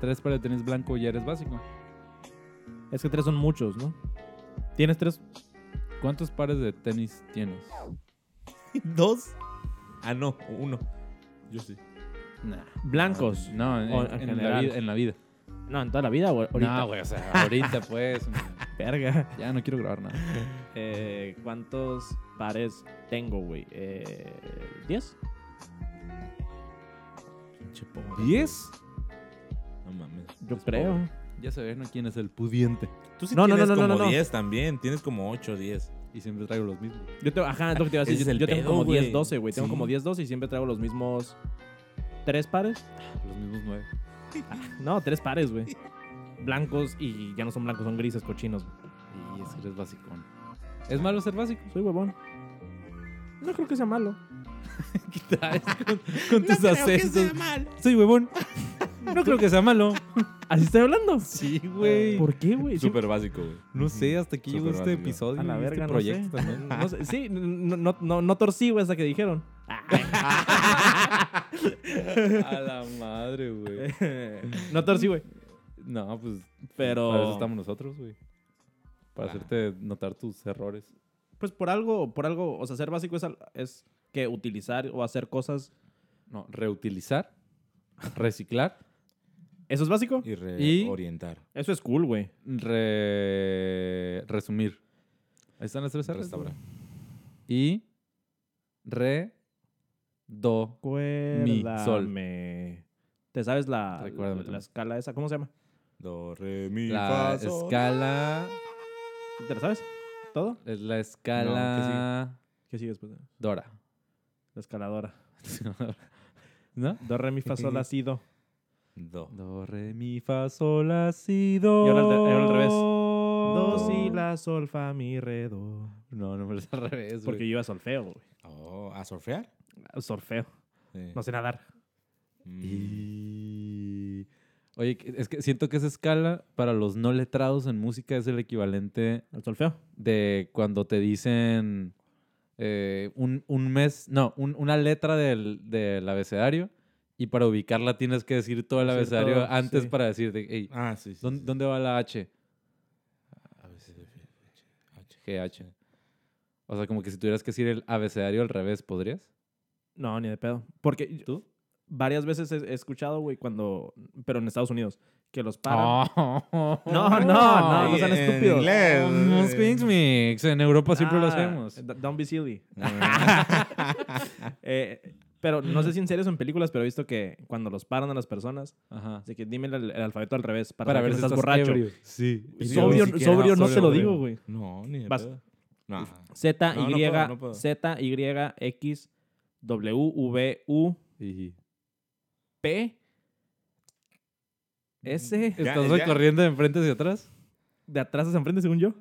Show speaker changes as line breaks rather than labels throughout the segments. Tres para el tenis blanco ya eres básico.
Es que tres son muchos, ¿no? ¿Tienes tres?
¿Cuántos pares de tenis tienes?
¿Dos? Ah, no, uno. Yo sí.
Nah.
Blancos.
No, en,
O
en- en
en
la
general.
vida, en la vida.
No, en toda la vida, güey. Ahorita.
No, güey, o sea, ahorita pues.
Verga.
ya no quiero grabar nada.
Eh, ¿Cuántos pares tengo, güey? Eh, ¿Diez?
Pinche pobre.
¿Diez?
No mames.
Yo
Es
creo.
pobre. Ya se no quién es el pudiente.
Tú sí
No, no,
tienes
no, no, no,
como
no.
10 también. Tienes como 8 o 10.
Y siempre traigo los mismos.
Yo tengo, ajá, es lo que te iba a decir.
Ese
Yo,
es el
yo tengo
pedo,
como
güey.
10, 12, güey. Tengo
Sí.
como 10, 12 y siempre traigo los mismos. ¿Tres pares?
Los mismos nueve.
No, tres pares, güey. Blancos y ya no son blancos, son grises, cochinos. güey.
Y es que eres basicón. ¿Es malo ser básico?
Soy huevón. No creo que sea malo.
¿Qué traes con, con tus acentos?
mal.
Soy huevón. No creo que sea malo.
¿Así estoy hablando?
Sí, güey.
¿Por qué, güey? Sí,
Ah, Súper básico, güey.
No sé, hasta aquí llegó
Súper
este
básico.
episodio.
A la
y este
verga, no
proyecto,
sé.
¿no?
No sé, sí, no, no, no, no torcí, güey, esa que dijeron.
A la madre, güey.
no torcí, güey.
No, pues.
Pero-
Para eso estamos nosotros, güey. Para hacerte notar tus errores.
Pues por algo, por algo, o sea, ser básico es, al- es que utilizar o hacer cosas.
No, reutilizar, reciclar,
¿Eso es básico?
Y
Y-
reorientar.
Eso es cool, güey.
re- resumir. Ahí están las tres R's.
Restaurar.
Y re do.
Recuérdame. ¿Te sabes la,
Recuérdame
la
también.
escala esa? ¿Cómo se llama?
Do, re, mi,
La
fa, sol.
escala
¿Te la sabes? ¿Todo?
es la escala
¿Qué sigue después?
dora.
La escaladora.
¿No?
Do, re, mi, fa, sol, la, si, do.
Do.
Do, re, mi, fa, sol, la, si, do.
Y ahora al re- y ahora al revés.
Do,
Do, si, la, sol, fa, mi, re, do.
No, no me lo sé al revés,
Porque
güey. Ah,
yo iba a solfeo, güey.
Oh, ¿A surfear?
A Solfeo.
Sí.
No sé nadar.
Mm.
Mm.
Y... Oye, que- es que siento que esa escala para los no letrados en música es el equivalente
¿Al solfeo?
de cuando te dicen eh, un, un mes, no, un- una letra del, del abecedario y para ubicarla tienes que decir todo el
Decir
abecedario
todo,
antes
sí.
para decirte, hey,
Ah, sí, sí.
¿dónde,
sí.
dónde va la H?
A veces, F, H.
GH. O sea, como que si tuvieras que decir el abecedario al revés, ¿podrías?
No, ni de pedo. Porque yo-
¿Tú?
varias veces he, he escuchado, güey, cuando... Pero en Estados Unidos. Que los paran.
no,
No, no, Ah, no, no
Y
sean
en
estúpidos. Oh,
inglés,
Somos
eh.
Kings Mix. En Europa Pues siempre lo
Ah,
hacemos.
d- Don't be silly.
Ah,
Eh, pero no sé si en series o en películas, pero he visto que cuando los paran a las personas,
Ajá.
así que dime el, el alfabeto al revés para,
Para
saber
ver
que
si
estás
estás
borracho.
ebrio. Sí.
Y
Sí,
yo
Sobrio,
ni siquiera,
sobrio no
sobrio,
te lo
sobrio.
digo, güey.
No, ni de
Vas.
pedo. No.
Z,
No, no
Y,
puedo, no puedo.
Z, Y, X, W, V, U,
Y-
P, S.
Ya,
¿Estás
ya.
recorriendo de enfrente hacia atrás?
De atrás hacia enfrente, según yo.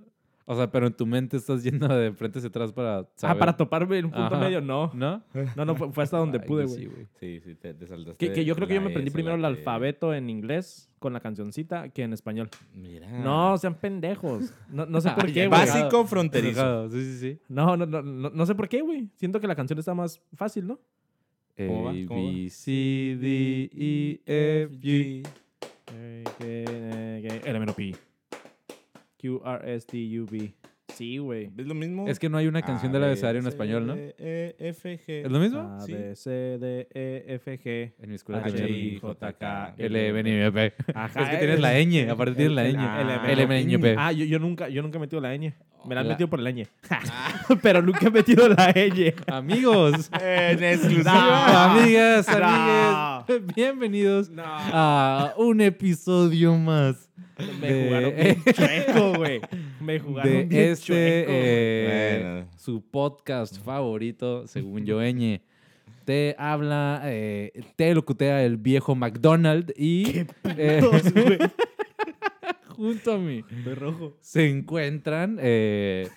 O sea, pero en tu mente estás yendo de enfrente hacia atrás para saber.
Ah, para toparme en un punto
Ajá.
medio, no.
¿No?
No, no, fue, fue hasta donde
Ay,
pude,
yo
güey.
sí, güey.
Sí, sí, te, te saltaste.
que, que yo creo que yo me
la
aprendí
S,
primero el
la T.
alfabeto en inglés con la cancioncita que en español.
Mira.
No, sean pendejos. No, no sé por
Ay,
qué,
ya.
güey.
Básico.
Básico fronterizo.
Enojado, Sí, sí, sí.
No, no, no, no, no sé por qué, güey. Siento que la canción está más fácil, ¿no?
¿Cómo va?
A,
¿Cómo va?
B, C, D, E, F, G.
L, M, N, O, P. Q, R, S, T, U, B. Sí, güey.
¿Es lo mismo?
Es que no hay una canción
A,
del
B,
abecedario en
C,
español, ¿no?
D, E, F, G.
¿Es lo mismo?
A,
Sí.
B, C, D, E, F, G.
En mi escuela
H, I,
también.
J, K,
L, B, N, P.
Ajá,
Pues Es que tienes la E. ñ. Aparte tienes la
el-
ñ.
ah, el-
L, M, N, P.
Ah, yo, yo nunca, yo nunca he metido la ñ. Me la Ah. han
La-
metido por la ñ. Pero nunca he metido la ñ.
Amigos.
En
No.
exclusiva.
Amigas,
No.
amigues, bienvenidos a un episodio más
Me
De-
jugaron bien chueco, güey. Me jugaron
de
bien
este
chueco.
eh,
Bueno.
su podcast favorito, según yo Ñ. Te habla, eh, te locutea el viejo McDonald y eh,
Todos, güey.
junto a mí
Estoy rojo.
se encuentran eh,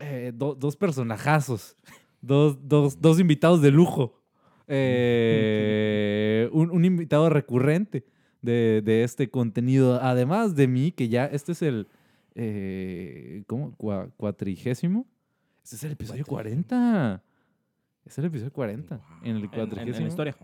eh, do- dos personajazos, dos, dos- dos invitados de lujo, eh, un, un invitado recurrente de, de este contenido, además de mí, que ya este es el, eh, ¿cómo? Cua- ¿Cuatrigésimo? Este es el episodio 40. Este es el episodio 40. En el
En, en- en
cuatrigésimo.
la historia.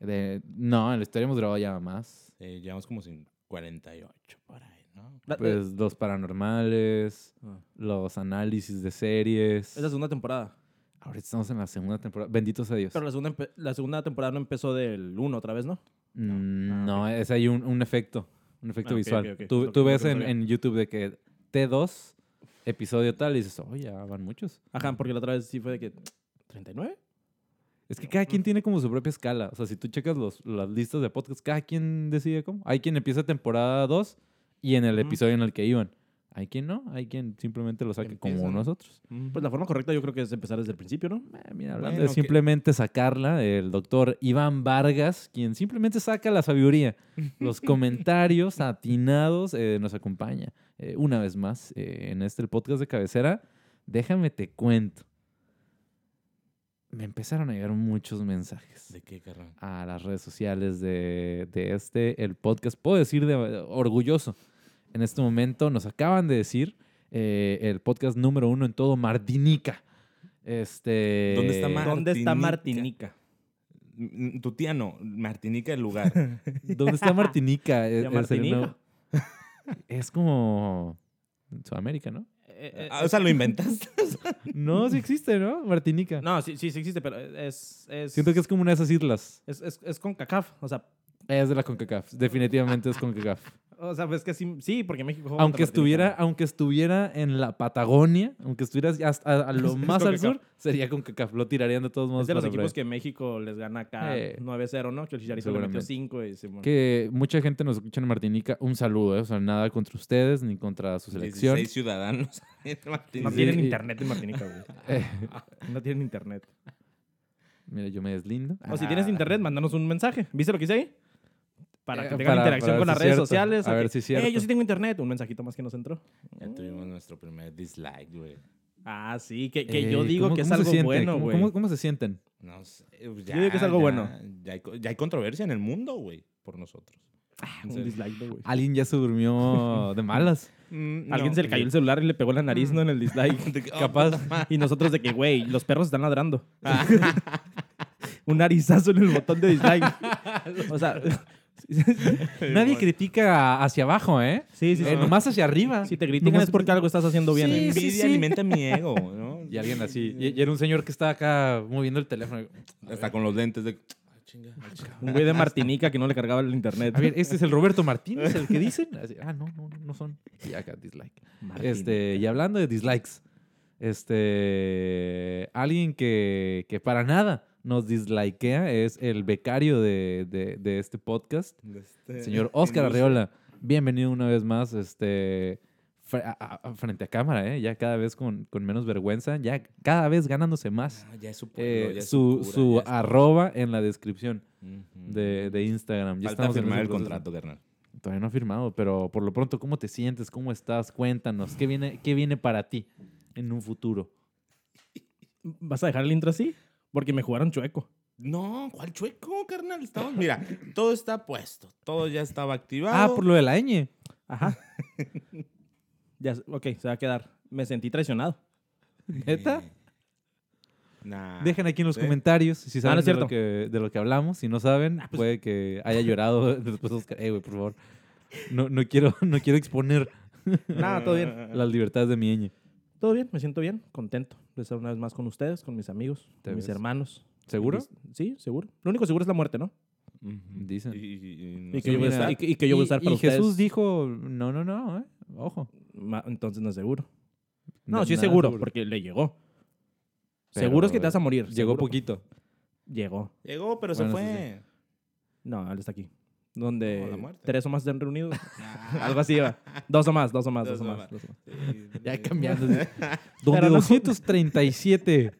De- no, en la historia hemos grabado ya más.
Eh, llevamos como sin 48 por ahí, ¿no?
La-
Pues los paranormales,
Ah.
los análisis de series.
Es la segunda temporada.
Ahorita estamos en la segunda temporada. Bendito sea Dios.
Pero la segunda, empe- la segunda temporada no empezó del 1 otra vez, ¿no?
Mm,
Ah,
No, es ahí un, un efecto, un efecto
Ah, ok,
visual.
ok, ok.
Tú,
Es
tú
lo que-
ves
es lo que no
en,
sabía.
en YouTube de que T2, episodio tal, y dices, oh, ya van muchos.
Ajá, porque la otra vez sí fue de que. ¿39?
Es que cada quien tiene como su propia escala. O sea, si tú checas los, las listas de podcast, cada quien decide cómo. Hay quien empieza temporada 2 y en el
Ujú.
episodio en el que iban. Hay quien no, hay quien simplemente lo saca como
Empiezan.
nosotros.
Pues la forma correcta yo creo que es empezar desde el principio, ¿no?
Eh, mira, hablando
Bueno,
de
que-
simplemente sacarla, el doctor Iván Vargas, quien simplemente saca la sabiduría, los comentarios atinados, eh, nos acompaña. Eh, una vez más, eh, en este el podcast de cabecera, déjame te cuento. Me empezaron a llegar muchos mensajes
¿De qué, carnal?
a las redes sociales de, de este, el podcast. Puedo decir de, orgulloso. En este momento nos acaban de decir eh, el podcast número uno en todo Martinica. Este,
¿Dónde está Mar-
¿Dónde está
Martinica.
Martinica?
Mm, Tu tía no, Martinica el lugar.
¿Dónde está Martinica? E-, Es,
¿Ya
es el
Martinica?
nuevo- es como Sudamérica, ¿no?
Eh, eh,
Ah, o sea, lo inventaste.
No, sí existe, ¿no? Martinica.
no, sí, sí, sí existe, pero es. es
Siento que es como una de esas islas.
Es, es, es con CACAF. O sea,
Es de la CONCACAF. Definitivamente es CONCACAF.
o sea, pues que sí, sí, porque México. juega
Aunque
contra Martinica.
estuviera, aunque estuviera en la Patagonia, aunque estuvieras hasta a, a lo
Es
más al
CONCACAF.
sur, sería con CACAF. Lo tirarían de todos modos.
Es de los
por sobre.
equipos que México les gana acá
Eh,
9-0, ¿no? Que el Chicharito le
seguramente.
metió 5 y se mon-
Que mucha gente nos escucha en Martinica. Un saludo, ¿eh? O sea, nada contra ustedes ni contra su selección.
16 ciudadanos.
No
Sí,
tienen
y-
internet en Martinica, güey.
Eh,
No tienen internet.
mira, yo me deslindo.
O si tienes internet, mándanos un mensaje. ¿Viste lo que hice ahí? Para que
Eh,
tengan
para- para ver
interacción
si
con las
es
redes
cierto.
sociales.
A
o
ver
que,
si es cierto.
"Eh, yo sí tengo internet. Un mensajito más que nos entró.
Ya tuvimos nuestro primer dislike, güey.
Ah, sí, que, que yo
Eh,
digo
¿cómo-
que es
cómo se
algo
siente?
bueno,
¿Cómo-
güey.
¿Cómo, cómo se sienten?
No sé. pues Ya,
digo que es algo
ya-
bueno.
Ya hay, co- ya hay controversia en el mundo, güey, por nosotros. En
Ah, Un
serio.
dislike, ¿no, güey.
Alguien ya se durmió de malas.
Mm,
Alguien
no.
se le cayó el celular y le pegó en la nariz, ¿no?
Ah.
En el dislike.
De que, oh,
Capaz. Y nosotros de que, güey, los perros están ladrando.
Ah.
un narizazo en el botón de dislike. o sea,
Nadie
bueno.
critica a- hacia abajo, ¿eh?
sí, sí.
Eh, nomás hacia arriba.
Si te critican es porque algo estás haciendo bien.
La
Sí, sí,
envidia
sí.
alimenta mi ego, ¿no?
Y alguien así. Y, y era un señor que estaba acá moviendo el teléfono.
Hasta con los lentes de. "Ah, chinga".
Un güey de Martinica que no le cargaba el internet.
A ver, este es el Roberto Martínez, el que dicen. Así, ah, no, no, no son. Y acá, dislike.
Martín.
Este, y hablando de dislikes, este, alguien que, que para nada nos dislikea es el becario de, de- de este podcast,
De este-
el señor Oscar
Iluso.
Arreola. Bienvenido una vez más, este, fre- a- a- a- frente a cámara, ¿eh? ya cada vez con, con menos vergüenza, ya cada vez ganándose más.
Ah, ya es su pueblo,
Eh,
ya es
su
cura,
su
ya es-
arroba en la descripción
Ujú.
de, de Instagram. Ya
Falta
estamos en
firmar
ese
el
proceso.
contrato, carnal.
Todavía no ha firmado, pero por lo pronto, ¿cómo te sientes? ¿Cómo estás? Cuéntanos, ¿qué viene, qué viene para ti en un futuro?
¿Vas a dejar el intro así? Porque me jugaron chueco.
No, ¿cuál chueco, carnal? Estamos, mira, todo está puesto, todo ya estaba activado.
Ah, por lo de la ñ.
Ajá. ya, ok, se va a quedar. Me sentí traicionado.
¿Neta?
Eh, Nah.
Dejen aquí en los
Ah, sí.
comentarios si
Ah,
saben
no es
de, lo
cierto.
que, de lo que hablamos. Si no saben, puede que haya llorado después de Oscar. Eh, güey, por favor. No, no, quiero, no quiero exponer
Nada, todo bien.
las libertades de mi ñ.
Todo bien, me siento bien, contento de estar una vez más con ustedes, con mis amigos,
Te
con mis
ves.
hermanos.
¿Seguro?
Sí, seguro. Lo único seguro es la muerte, ¿no?
Ujú.
Dicen.
Y, y- y no
Y
sé
que, yo voy a
mira,
estar, y, que- y que yo voy a estar
Y- y
para ustedes.
Jesús dijo, no, no, no, eh, ojo.
Ma- Entonces no es seguro. No, sí es
nada
seguro, porque le llegó.
Pero,
seguro es que te vas a morir.
Llegó
seguro.
poquito.
Llegó.
Llegó,
Bueno,
pero se
eso
fue.
No, él está aquí.
No, la
Donde
muerte.
tres o más se han reunido.
Ah,
Algo así va. Dos o más, dos o más,
Dos
dos, o
o más.
más. dos o más.
sí,
Ya
sí.
cambiando. sí. Donde
Pero no.
237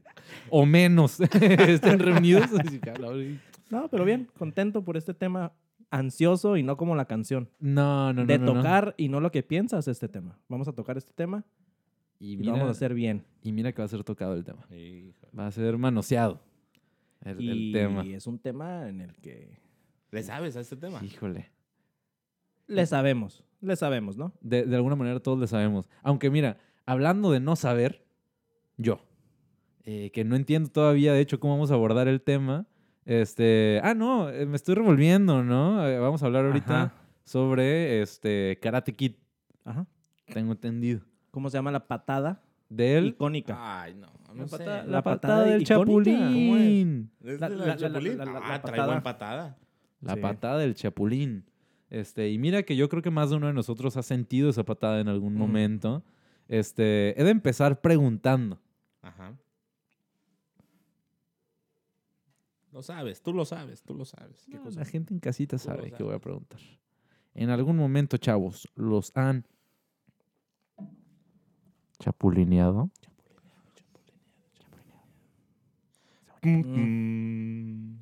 o menos estén reunidos. así que habla, güey.
No, pero bien, contento por este tema. Ansioso y no como la canción.
No, no, no.
de
no, no.
tocar y no lo que piensas este tema. Vamos a tocar este tema
Y
y
mira,
lo vamos a hacer bien.
y mira que va a ser tocado el tema.
Hijo.
Va a ser manoseado el, el
y
tema.
es un tema en el que
¿Le sabes a este tema?
Híjole.
le sabemos, le sabemos, ¿no?
De, de alguna manera todos le sabemos. Aunque mira, hablando de no saber, yo, eh, que no entiendo todavía, de hecho, cómo vamos a abordar el tema, Este, ah, no, eh, me estoy revolviendo, ¿no? Eh, Vamos a hablar ahorita
Ajá.
sobre este Karate Kid,
Ajá.
tengo entendido.
¿Cómo se llama la patada?
Del
Icónica.
Ay, no.
La
No sé.
patada-
la, patada,
patada
del
icónica, ¿cómo es?
chapulín.
¿Es de la,
la-
del
la- la-
Chapulín?
la- la- la
ah, trae
patada.
buena patada.
La
Sí.
patada del chapulín. Este, y mira que yo creo que más de uno de nosotros ha sentido esa patada en algún
Ujú.
momento. Este, he de empezar preguntando.
Ajá. Lo sabes, tú lo sabes, tú lo sabes. ¿Qué
No,
cosa?
La gente en casita
Tú lo
sabe que voy a preguntar. En algún momento, chavos, los han chapulineado.
Mm.
Mm.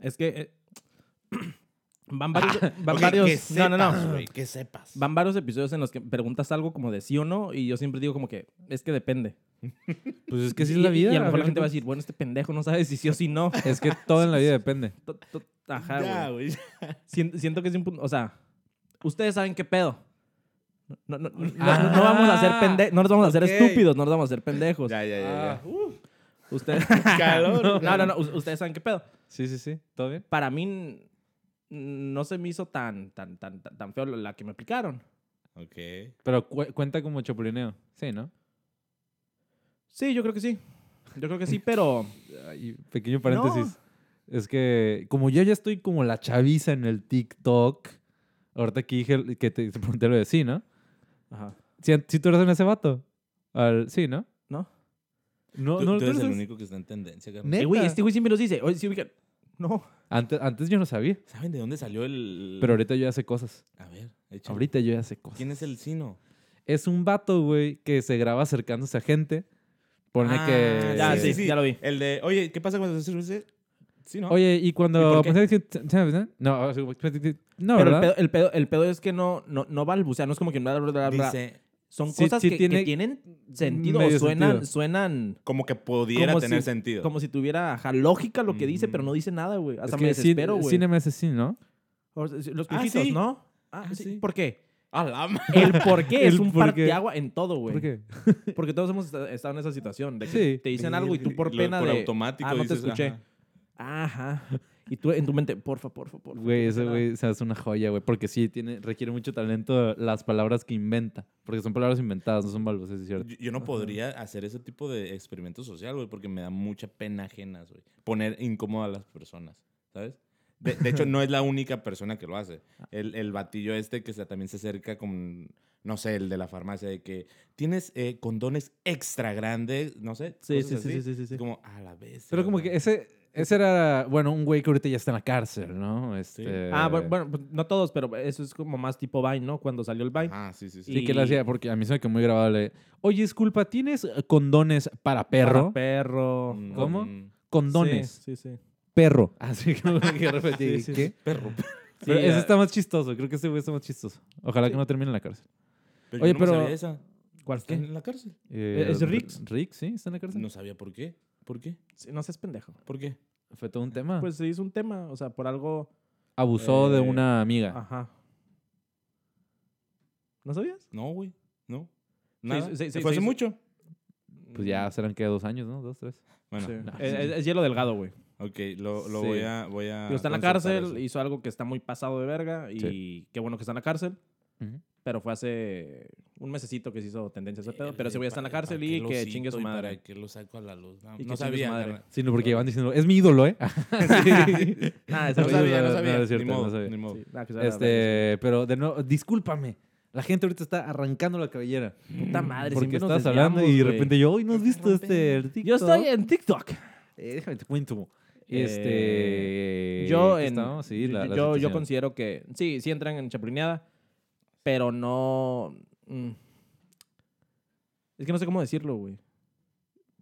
Es que eh, van varios, van
Oye,
varios,
Ah, que
no, no, no,
sepas, güey, que sepas.
van varios episodios en los que preguntas algo como de sí o no y yo siempre digo como que es que depende.
Pues es que sí es
Y-
la vida.
Y a lo mejor
al
la gente va a
final.
decir, bueno, este pendejo no sabe si sí o si no.
Es que todo en la vida depende.
To- to-
Ya,
Ajá, güey.
güey.
Sien- Siento que es un punto, o sea, ustedes saben qué pedo. No, no, no- no-
Ah,
no vamos a ser pende- no nos vamos a hacer
ok.
estúpidos, no nos vamos a hacer pendejos.
Ya, ya,
Ah,
Ah.
ya. ya.
uh.
Ustedes,
Calor.
no, no, no, u- ustedes saben qué pedo.
Sí, sí, sí. ¿Todo bien?
Para mí n- no se me hizo tan, tan, tan, tan, tan feo la que me aplicaron.
Ok.
Pero cu- cuenta como chapulineo. Sí, ¿no?
Sí, yo creo que sí. Yo creo que sí, pero
Ay, pequeño paréntesis. Es que como yo ya estoy como la chaviza en el TikTok, ahorita que dije que te, te pregunté lo de sí, ¿no?
Ajá.
Si, si tú eres en ese vato. Al- sí, ¿no?
¿No?
No,
Tú,
no,
tú
tú
eres el
eres-
único que está en tendencia, carnal.
Neta.
Eh, güey, este güey siempre nos dice, oye, sí, ubican- no.
Antes, antes yo no sabía,
¿Saben de dónde salió el...?
pero ahorita yo ya sé cosas.
A ver, échale.
Ahorita yo ya sé cosas.
¿Quién es el sino?
Es un vato, güey, que se graba acercándose a gente. Pone
Ah,
que...
ya, sí, ya lo vi.
El de, oye, ¿qué pasa cuando se sirve? Sí, ¿no?
Oye, y
¿Y
cuando...
por
No, pues, no,
pero el
Ah, ¿verdad?
pedo, el, pedo, el pedo es que no, no, no balbucea, no es como que... bla, bla, bla, bla.
Dice,
Son
Sí,
cosas
sí
que, que
tiene
tienen sentido o
medio
suenan,
sentido.
suenan
como que pudiera
Como
tener
si-
sentido.
como si tuviera ajá, lógica lo que dice, pero no dice nada, güey. Hasta me
sí- eh,
desespero, güey.
Cine me hace sí, ¿no?
O sea, Los
Ah,
cuchitos,
sí.
¿no? Ah,
Ah,
sí.
sí.
¿Por qué?
A la ma-
El por qué es
El
un
por qué.
parteagua en todo, güey.
¿Por qué?
Porque todos hemos est- estado en esa situación. De que
Sí.
te dicen algo y tú por
Lo-
pena
por
de...
automático
ah, no
dices,
te escuché.
ajá.
Ajá. Y tú en tu mente, porfa, porfa, porfa.
Güey,
no
ese
sé nada.
güey se hace una joya, güey. Porque sí, tiene, requiere mucho talento las palabras que inventa. Porque son palabras inventadas, no son balbuceos, es cierto.
Yo, yo no podría hacer ese tipo de experimento social, güey, porque me da mucha pena ajenas, güey. Poner incómoda a las personas, ¿sabes? De, de hecho, no es la única persona que lo hace.
Ah.
El, el batillo este que se- también se acerca con, no sé, el de la farmacia, de que tienes eh, condones extra grandes, no sé.
Sí,
cosas
sí,
así.
sí, sí, sí, sí.
Como a la vez.
Pero como que ese, ese era, bueno, un güey que ahorita ya está en la cárcel, ¿no? Este,
Ah, bu- bueno, pues, no todos, pero eso es como más tipo Vine, ¿no? Cuando salió el Vine.
Ah, sí, sí, sí.
Sí, que le hacía, porque a mí se me quedó muy grabable. Oye, disculpa, ¿tienes condones para perro?
Para perro.
Mm,
¿Cómo?
mm,
condones,
Sí, sí, sí.
perro. Así Ah, que no me quiero repetir.
Sí, sí,
¿Qué?
sí.
Perro.
Pero
Sí,
ese
ah,
está más chistoso. Creo que ese güey está más chistoso. Ojalá que no termine en la cárcel.
Pero
Oye,
yo no me
pero-
sabía esa.
¿Cuál
Está
qué?
en la cárcel.
Eh,
¿E-, ¿Es Rix?
Rix, sí, está en la cárcel.
No sabía por qué. ¿Por qué?
Sí, No seas pendejo.
¿Por qué?
Fue todo un tema.
Pues se hizo un tema, o sea, por algo.
Abusó de
eh,
una amiga.
Ajá. ¿No sabías?
No, güey. No.
Se
Nada.
hizo- se-
¿Se
se
fue hace
hizo-
mucho?
Pues ya serán que dos años, ¿no? Dos, tres.
Bueno, Ah,
Sí.
no,
Eh,
sí.
es, es hielo delgado, güey.
ok, lo, lo
Sí.
voy a. Voy
Ah,
a
Pero está en la
consultar
cárcel,
eso.
hizo algo que está muy pasado de verga y qué bueno que está en la cárcel.
Ujú.
Pero fue hace un mesecito que se hizo tendencia ese pedo.
Híjole,
Pero ese güey está en la
¿para-
cárcel
para qué
y
lo
que
cito
chingue su
y
madre.
Para que lo saco a la luz. No, no
Y que chingue su
sabía.
madre.
carnal.
Sí, no, porque van diciendo, es mi ídolo, ¿eh? Sí.
Nada, Ah, ese
No
Sí,
güey-
sabía,
no,
no
no,
sabía.
no es cierto,
ni
no
modo,
sabía.
ni modo.
sí, nada, que se vaya a la verga,
Este, pero de nuevo, discúlpame. La gente ahorita está arrancando la cabellera.
sí. Puta madre,
Porque
siempre nos
estabas hablando y de
desviamos, güey.
repente yo, hoy no has visto este el
Yo
TikTok?"
estoy en TikTok.
Eh, déjame te cuento.
Eh,
Este.
Yo,
¿qué
en-
estábamos? Sí,
yo-
la- la
yo, yo
situación.
considero que sí, sí entran en chapulineada, pero no. mm. Es que no sé cómo decirlo, güey.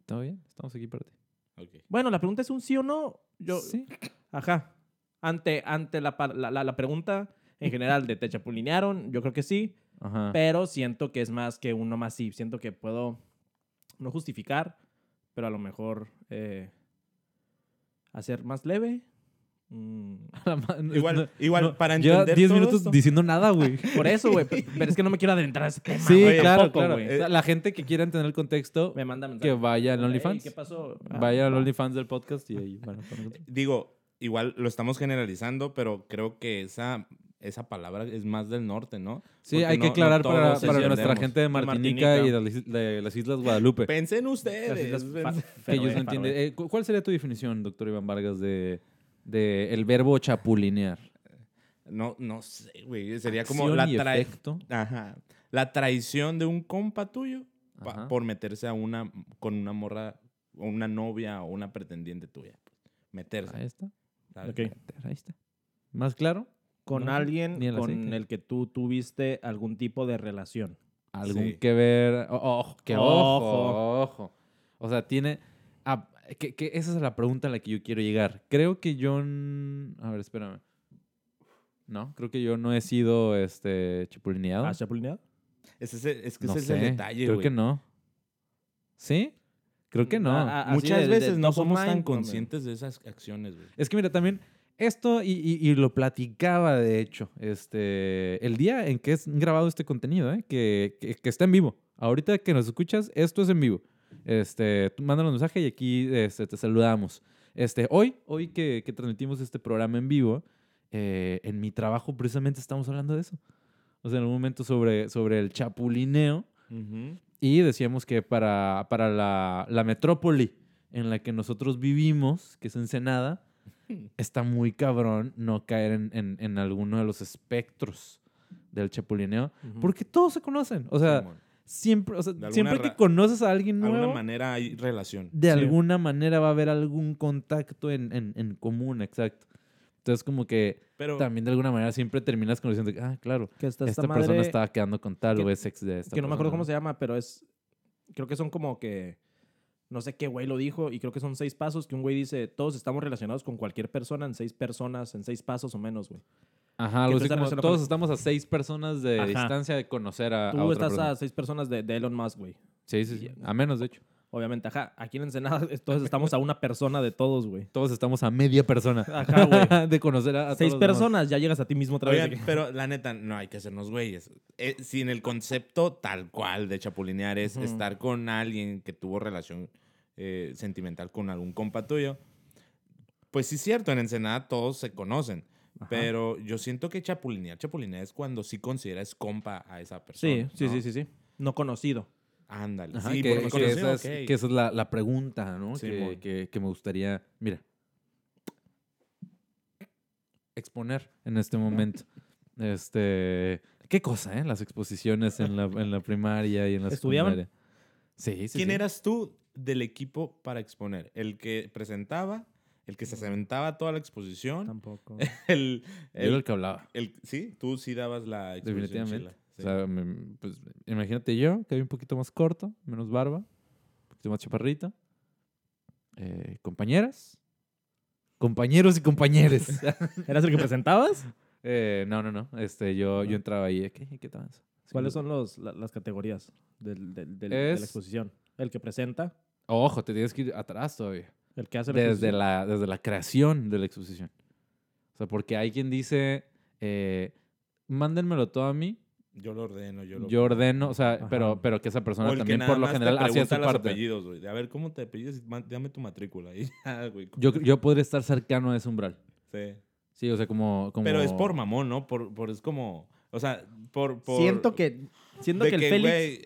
¿Está bien? Estamos aquí para ti.
Ok.
Bueno, la pregunta es un sí o no. Yo,
Sí.
Ajá. Ante, ante la, pa- la, la- la pregunta en general de te chapulinearon, yo creo que sí,
Ajá.
pero siento que es más que uno más sí. Siento que puedo no justificar, pero a lo mejor eh, hacer más leve Mm.
A la ma- no-
Igual,
no-
igual
no,
para
Lleva
entender
10
todo
minutos
esto-
diciendo nada, güey.
Por eso, güey. pe- Pero es que no me quiero adentrar a ese tema.
Sí,
güey,
claro,
tampoco,
claro.
Ah, güey.
O sea, la gente que quiera entender el contexto,
Me manda
que
mensaje.
vaya al
Ey,
OnlyFans.
¿Qué pasó? Ah,
Vaya al
va.
OnlyFans del podcast y ahí van a estar nosotros.
Digo, igual lo estamos generalizando, pero creo que esa, esa palabra es más del norte, ¿no?
Sí,
Porque
hay que
no- no
aclarar
todos
para,
nos
para nuestra
entendemos.
gente de Martinica,
Martinica.
y de las, is- de las Islas Guadalupe.
Pensen
Las
ustedes.
Islas Fa-
pensen-
que ellos no
Feroe,
entienden.
Faroe.
Eh, cu- ¿Cuál sería tu definición, doctor Iván Vargas, de, de el verbo chapulinear?
No, no sé, güey. Sería como
Acción
la
y
trai-
efecto.
Ajá. La traición de un compa tuyo pa-
Ajá.
por meterse a una con una morra o una novia o una pretendiente tuya. Meterse.
Ahí está.
¿sabes?
Ok.
Ahí está. ¿Más claro?
eh, Con
No sé,
alguien
ni el
con
aceite.
el que tú tuviste algún tipo de relación.
Algún
Sí.
que ver. o- Ojo, que ojo,
Ojo.
ojo. O sea, tiene. ah, que, que esa es la pregunta a la que yo quiero llegar. Creo que yo. n- A ver, espérame. No, creo que yo no he sido este chapulineado.
¿Has chapulineado?
Ese Es, el- es Ah, que
no
ese
sé.
es el detalle,
Creo
güey. Mm,
que no. ¿Sí? Creo que no.
Ah, ah, así
Muchas
de- de
veces no
top of
somos
mind,
tan
no,
conscientes de esas acciones, güey.
Es que mira, también esto, y, y- y lo platicaba de hecho, este, el día en que es grabado este contenido, ¿eh? que, que- que está en vivo. Ahorita que nos escuchas, esto es en vivo. Este, tú mándanos mensaje y aquí este, te saludamos. Este, hoy, hoy que, que transmitimos este programa en vivo, eh, en mi trabajo precisamente estamos hablando de eso. O sea, en un momento sobre, sobre el chapulineo.
Ujú.
Y decíamos que para, para la, la metrópoli en la que nosotros vivimos, que es Ensenada, está muy cabrón no caer en, en- en alguno de los espectros del chapulineo.
Ujú.
Porque todos se conocen. O sea,
Simón.
siempre, o sea,
alguna
siempre que
ra-
conoces a alguien
de alguna
nuevo,
manera hay relación.
de
Sí.
alguna manera va a haber algún contacto en, en- en común, exacto. Entonces, como que
Pero
también de alguna manera siempre terminas conociendo, que, ah, claro,
Que esta,
esta,
esta
persona
madre-
estaba quedando con tal
que-
o es ex de esta
que no me acuerdo
persona,
cómo se llama, pero es. Creo que son como que. No sé qué güey lo dijo, y creo que son seis pasos que un güey dice: Todos estamos relacionados con cualquier persona en seis personas, en seis pasos o menos, güey.
Ajá,
que
algo
tú
así
estás
como
relacionado
todos
con-
estamos a seis personas de
Ajá.
distancia de conocer a, a
Tú
otra
estás
persona.
a seis personas de, de Elon Musk, güey.
Sí, sí, sí. A menos, de hecho.
Obviamente, ajá. Aquí en Ensenada, todos estamos a una persona de todos, güey.
Todos estamos a media persona
Ajá, güey.
de conocer a, a todos
Seis
los demás.
personas, ya llegas a ti mismo otra vez.
Oigan,
de que-
pero la neta, no hay que hacernos güeyes. Eh, si en el concepto tal cual de chapulinear es
Ujú.
estar con alguien que tuvo relación eh, sentimental con algún compa tuyo, pues sí es cierto, en Ensenada todos se conocen.
Ajá.
Pero yo siento que chapulinear, chapulinear es cuando sí consideras compa a esa
Sí,
persona.
sí,
¿no?
sí, sí, sí. No conocido.
Ándale.
Ajá,
sí,
que,
porque
que esa
conocido,
es,
ok.
que esa es la, la pregunta, ¿no?
Sí, mon.
que, que- que me gustaría, mira, exponer en este momento. Este, qué cosa, ¿eh? Las exposiciones en la, en la primaria y en la
¿Estudiaban?
secundaria. Sí, sí,
¿Quién
sí.
eras tú del equipo para exponer? ¿El que presentaba? ¿El que se
Mm.
cementaba toda la exposición?
Tampoco.
El,
Yo era
el
el que hablaba.
El- sí, tú sí dabas la exposición
Definitivamente.
chila,
O
sí.
sea, me- pues, imagínate yo, que hay un poquito más corto, menos barba, un poquito más chaparrito. Eh, compañeras. Compañeros y compañeres.
¿Eras el que presentabas?
Eh, no, no, no. Este, yo, yo entraba ahí. ¿eh? ¿Qué, qué tranza? Sí,
¿Cuáles
lo-
son los, la- las categorías del- del- del- de
Es-
la exposición? El que presenta,
Ojo, te tienes que ir atrás todavía.
el que hace la
Desde
exposición.
la, desde la creación de la exposición. O sea, porque hay quien dice, eh, mándenmelo todo a mí,
yo lo ordeno, yo lo.
yo ordeno, o sea,
Ajá.
pero, pero que esa
O
persona
el que
también
nada
por lo
más te
general hacía su
pregunta los
parte.
apellidos, güey. De, A ver, ¿cómo te apellidas? Y man- Dame tu matrícula. Y ya, güey.
Yo, yo podría estar cercano a ese umbral.
Sí.
Sí, o sea, como... como...
Pero es por mamón, ¿no? Por, por- es como. O sea, por. por
Siento que, siento
de
que el Félix...
güey,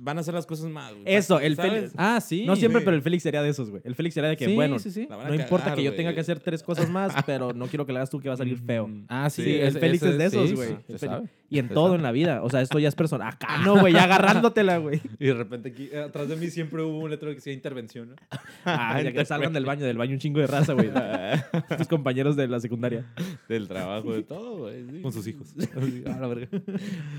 van a hacer las cosas mal. güey.
Eso, el
¿Sabes?
Félix.
Ah, sí.
no siempre,
sí.
pero el Félix sería de esos, güey. El Félix sería de que,
Sí,
bueno,
sí, sí.
La
no
van a
importa
cagar,
que yo
güey.
tenga que hacer tres cosas más, pero no quiero que la hagas tú que va a salir feo.
Mm.
Ah, sí.
Sí, el
ese-
Félix
ese-
es de esos,
sí,
güey.
sí,
El
se
Félix.
sabe.
Y en todo en la vida. O sea, esto ya es personal. Acá no, güey, ya agarrándotela, güey.
Y de repente aquí, eh, atrás de mí siempre hubo un letrero que decía intervención, ¿no?
Ah, ya que salgan del baño, del baño un chingo de raza, güey.
Ah.
Tus compañeros de la secundaria.
Del trabajo, de todo, güey. sí.
Con sus hijos. Así, ah, la verga.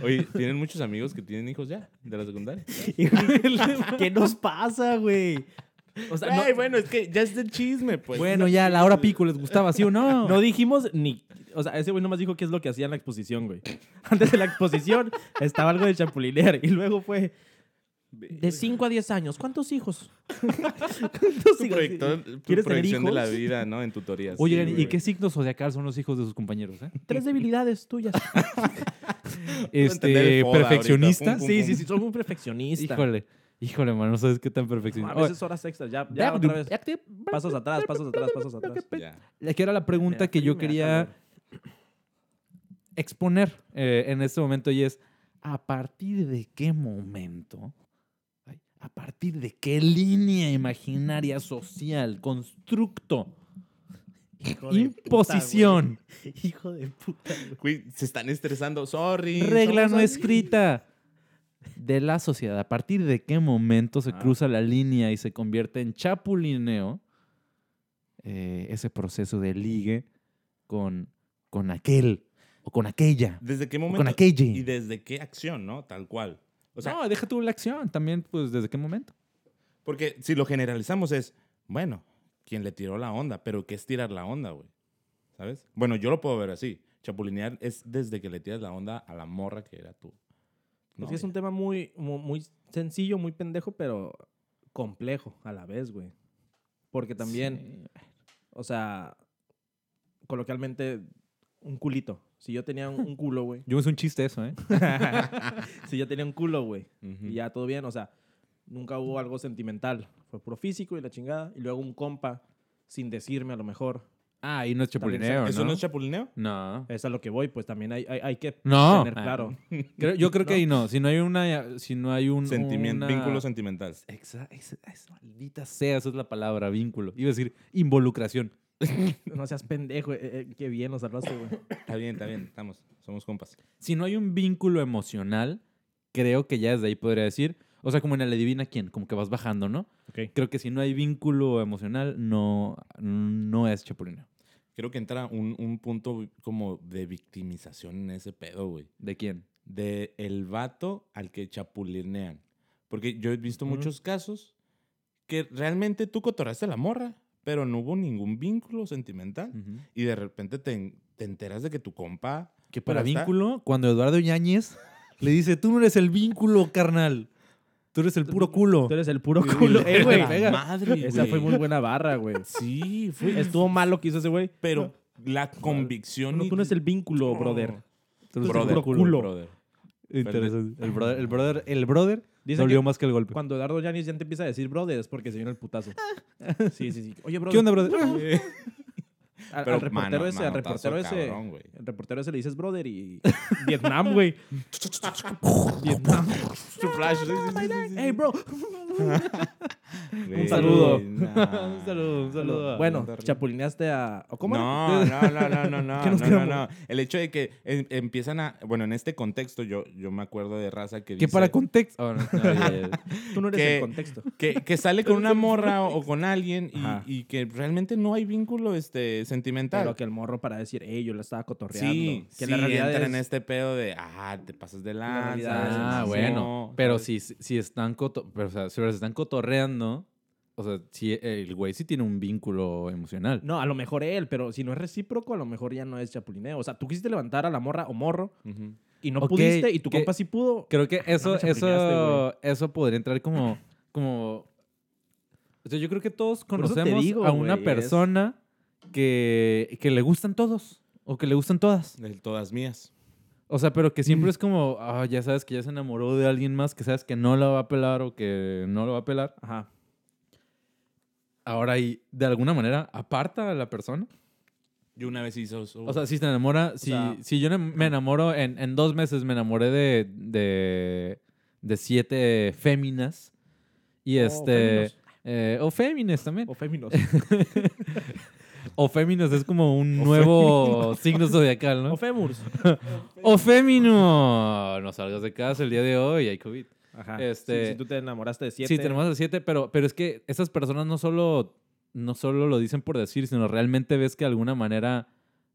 Oye, ¿tienen muchos amigos que tienen hijos ya? De la secundaria.
Y, güey, ¿Qué nos pasa, güey? O sea,
Güey,
no,
bueno, es que ya es del chisme, pues.
bueno, ya, la hora pico les gustaba, ¿sí o no?
no dijimos ni. O sea, ese güey nomás dijo qué es lo que hacía en la exposición, güey. Antes de la exposición estaba algo de chapulinear y luego fue. De 5 a 10 años, ¿cuántos hijos?
Tu
¿Cuántos hijos?
proyector- tu
¿Quieres tener
proyección de la
hijos?
vida, ¿no? En tutorías.
Oye,
Sí,
¿y
güey.
qué signos zodiacal son los hijos de sus compañeros? eh?
Tres debilidades tuyas.
entender el
Este,
foda ahorita,
perfeccionista.
pum, pum.
Sí,
Sí, sí, sí, soy muy perfeccionista.
híjole, híjole, man, no sabes qué tan
A
perfeccionista.
veces horas extras, ya, ya otra vez. Pasos atrás, pasos atrás, pasos atrás.
Ya.
Que era la pregunta que yo quería exponer eh, en este momento y es, ¿a partir de qué momento, ay, a partir de qué línea imaginaria social, constructo,
Hijo de puta,
imposición,
güey. Hijo de puta. güey.
Güey, se están estresando. Sorry.
regla
somos
no
así.
escrita de la sociedad, a partir de qué momento se
Ah.
cruza la línea y se convierte en chapulineo eh, ese proceso de ligue con, con aquel o con aquella?
¿Desde qué
o
momento?
Con aquella.
Y desde qué acción, ¿no? Tal cual. O sea,
no, deja tú la acción también, pues, ¿desde qué momento?
porque si lo generalizamos es, bueno, quien le tiró la onda, pero ¿qué es tirar la onda, güey? ¿Sabes? Bueno, yo lo puedo ver así. Chapulinear es desde que le tiras la onda a la morra que era tú.
Es
No,
que es un tema muy, mu- muy, sencillo, muy pendejo, pero complejo a la vez, güey. Porque también, o sea, coloquialmente, un culito. Si yo tenía un, un culo, güey.
Yo me hice un chiste eso, ¿eh?
si yo tenía un culo, güey.
Ujú.
Y ya todo bien, o sea, nunca hubo algo sentimental. Fue puro físico y la chingada. Y luego un compa, sin decirme a lo mejor.
Ah, y no es
También
chapulineo, ¿no?
¿Eso no es chapulineo?
No.
Es a lo que voy, pues también hay, hay, hay que
No.
tener
Ah.
claro.
Creo- yo creo que ahí no. Si no hay una... Si no hay un...
Sentimiento,
una-
vínculo sentimental.
Exa- esa- esa maldita sea, esa es la palabra, vínculo. Iba a decir involucración.
No seas pendejo, eh, eh, qué bien lo salvaste, güey.
Está bien, está bien, estamos, somos compas.
Si no hay un vínculo emocional, creo que ya desde ahí podría decir... O sea, como en el adivina quién, como que vas bajando, ¿no?
Ok.
Creo que si no hay vínculo emocional, no, no es chapulineo.
Creo que entra un, un punto como de victimización en ese pedo, güey.
¿De quién?
de el vato al que chapulinean. Porque yo he visto
Ujú.
muchos casos que realmente tú cotoraste a la morra, pero no hubo ningún vínculo sentimental.
Mm.
Ujú.
Y de repente te, en- te enteras de que tu compa...
Que para
Pero está-
vínculo, cuando Eduardo Yáñez le dice, tú no eres el vínculo, carnal. Tú eres el puro culo.
Tú eres el puro culo.
Le
Eh, güey.
pega la Madre,
Esa fue
güey.
muy buena barra, güey.
Sí, fue...
Estuvo mal lo que hizo ese güey.
Pero la convicción...
No,
y-
tú no es el vínculo, brother.
Tú eres el
Brother,
puro culo.
culo.
brother.
Interesante. El brother, el brother, el brother
Dice
dolió
que
más que el golpe.
cuando Eduardo Yanis ya te empieza a decir brother es porque se vino el putazo. Sí, sí, sí. Oye, brother.
¿Qué onda, brother? Ah,
Eh,
Al, al
pero
reportero
mano-
ese, al
manotazo,
reportero ese.
cabrón, güey.
El reportero ese le dices brother y. Vietnam, güey. Vietnam.
Su flash, sí, sí, sí, sí, sí.
Hey, bro.
Güey,
saludo.
nah.
un saludo, un saludo.
Bueno, chapulineaste a. ¿o ¿Cómo?
No,
era?
no, no, no, no, no,
¿Qué nos
no, no,
quedamos?
no. El hecho de que em- empiezan a, bueno, en este contexto yo, yo me acuerdo de raza
que
que dice
para contexto. Ah, bueno, no, ya, ya, ya.
Tú no eres
que-
el contexto.
que, que sale con una morra o con alguien y,
Ajá.
y que realmente no hay vínculo este sentimental.
Pero que el morro para decir, hey, yo la estaba cotorreando.
sí,
que
sí,
la realidad
entra
es,
en este pedo de, ah, te pasas de lanza.
realidad es-
Ah,
no,
bueno. Pero si, si están coto- pero, o sea, si se están cotorreando, o sea, si el güey sí tiene un vínculo emocional.
No, a lo mejor él, pero si no es recíproco, a lo mejor ya no es chapulineo. O sea, tú quisiste levantar a la morra o morro
Ujú.
y no
Ok,
pudiste y tu
que-
compa sí pudo.
Creo que eso,
me chapulineaste, güey.
eso, eso podría entrar como, como. O sea, yo creo que todos
Por eso te
conocemos
digo,
a una
güey, es-
persona que, que le gustan todos o que le gustan todas.
De todas mías.
O sea, pero que siempre es como, ah, ya sabes que ya se enamoró de alguien más, que sabes que no la va a pelar o que no lo va a pelar.
Ajá.
Ahora, y de alguna manera, aparta a la persona.
Yo una vez hice eso.
O sea, si te enamora, si,
sea-
si yo ne- me enamoro, en, en dos meses me enamoré de, de, de siete féminas. Y
O
este.
Oh, féminos.
eh, o fémines también.
O féminos.
O féminos es como un nuevo signo zodiacal,
o
¿no?
fémurs.
O fémino. No salgas de casa el día de hoy, hay COVID.
Ajá.
Este-
Si, si tú te enamoraste de siete.
Sí, tenemos el siete, pero, pero es que esas personas no solo, no solo lo dicen por decir, sino realmente ves que de alguna manera,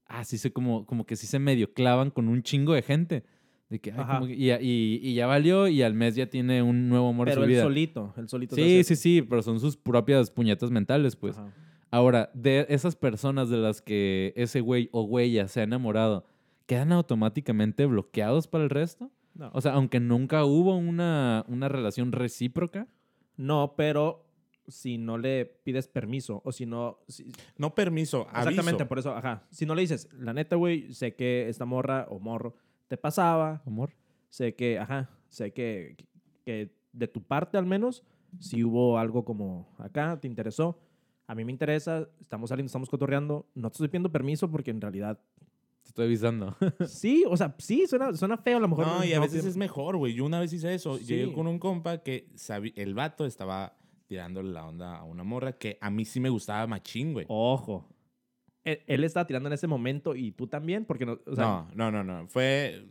así se como, como que sí se medio clavan con un chingo de gente. De que, ay,
Ajá.
como que- y, y- y ya valió y al mes ya tiene un nuevo amor en
Pero
su
él
vida.
solito. Él solito. se
Sí,
hace-
sí, sí, pero son sus propias puñetas mentales, pues.
Ajá.
Ahora, de esas personas de las que ese güey o güeya se ha enamorado, ¿quedan automáticamente bloqueados para el resto?
No.
O sea, aunque nunca hubo una, una relación recíproca.
No, pero si no le pides permiso o si no... si-
No permiso, aviso.
exactamente, por eso, ajá. Si no le dices, la neta, güey, sé que esta morra o morro te pasaba,
Amor.
sé que, ajá, sé que, que de tu parte al menos, si hubo algo como acá, te interesó, a mí me interesa, estamos saliendo, estamos cotorreando, no te estoy pidiendo permiso porque en realidad...
Te estoy avisando.
Sí, o sea, sí, suena, suena feo a lo mejor.
No, y a veces
pido-
es mejor, güey. Yo una vez hice eso.
Sí.
Llegué con un compa que sabi- el vato estaba tirándole la onda a una morra que a mí sí me gustaba machín, güey.
Ojo. Él, E, él estaba tirando en ese momento y tú también, porque no... O sea,
no, no, no, no. Fue.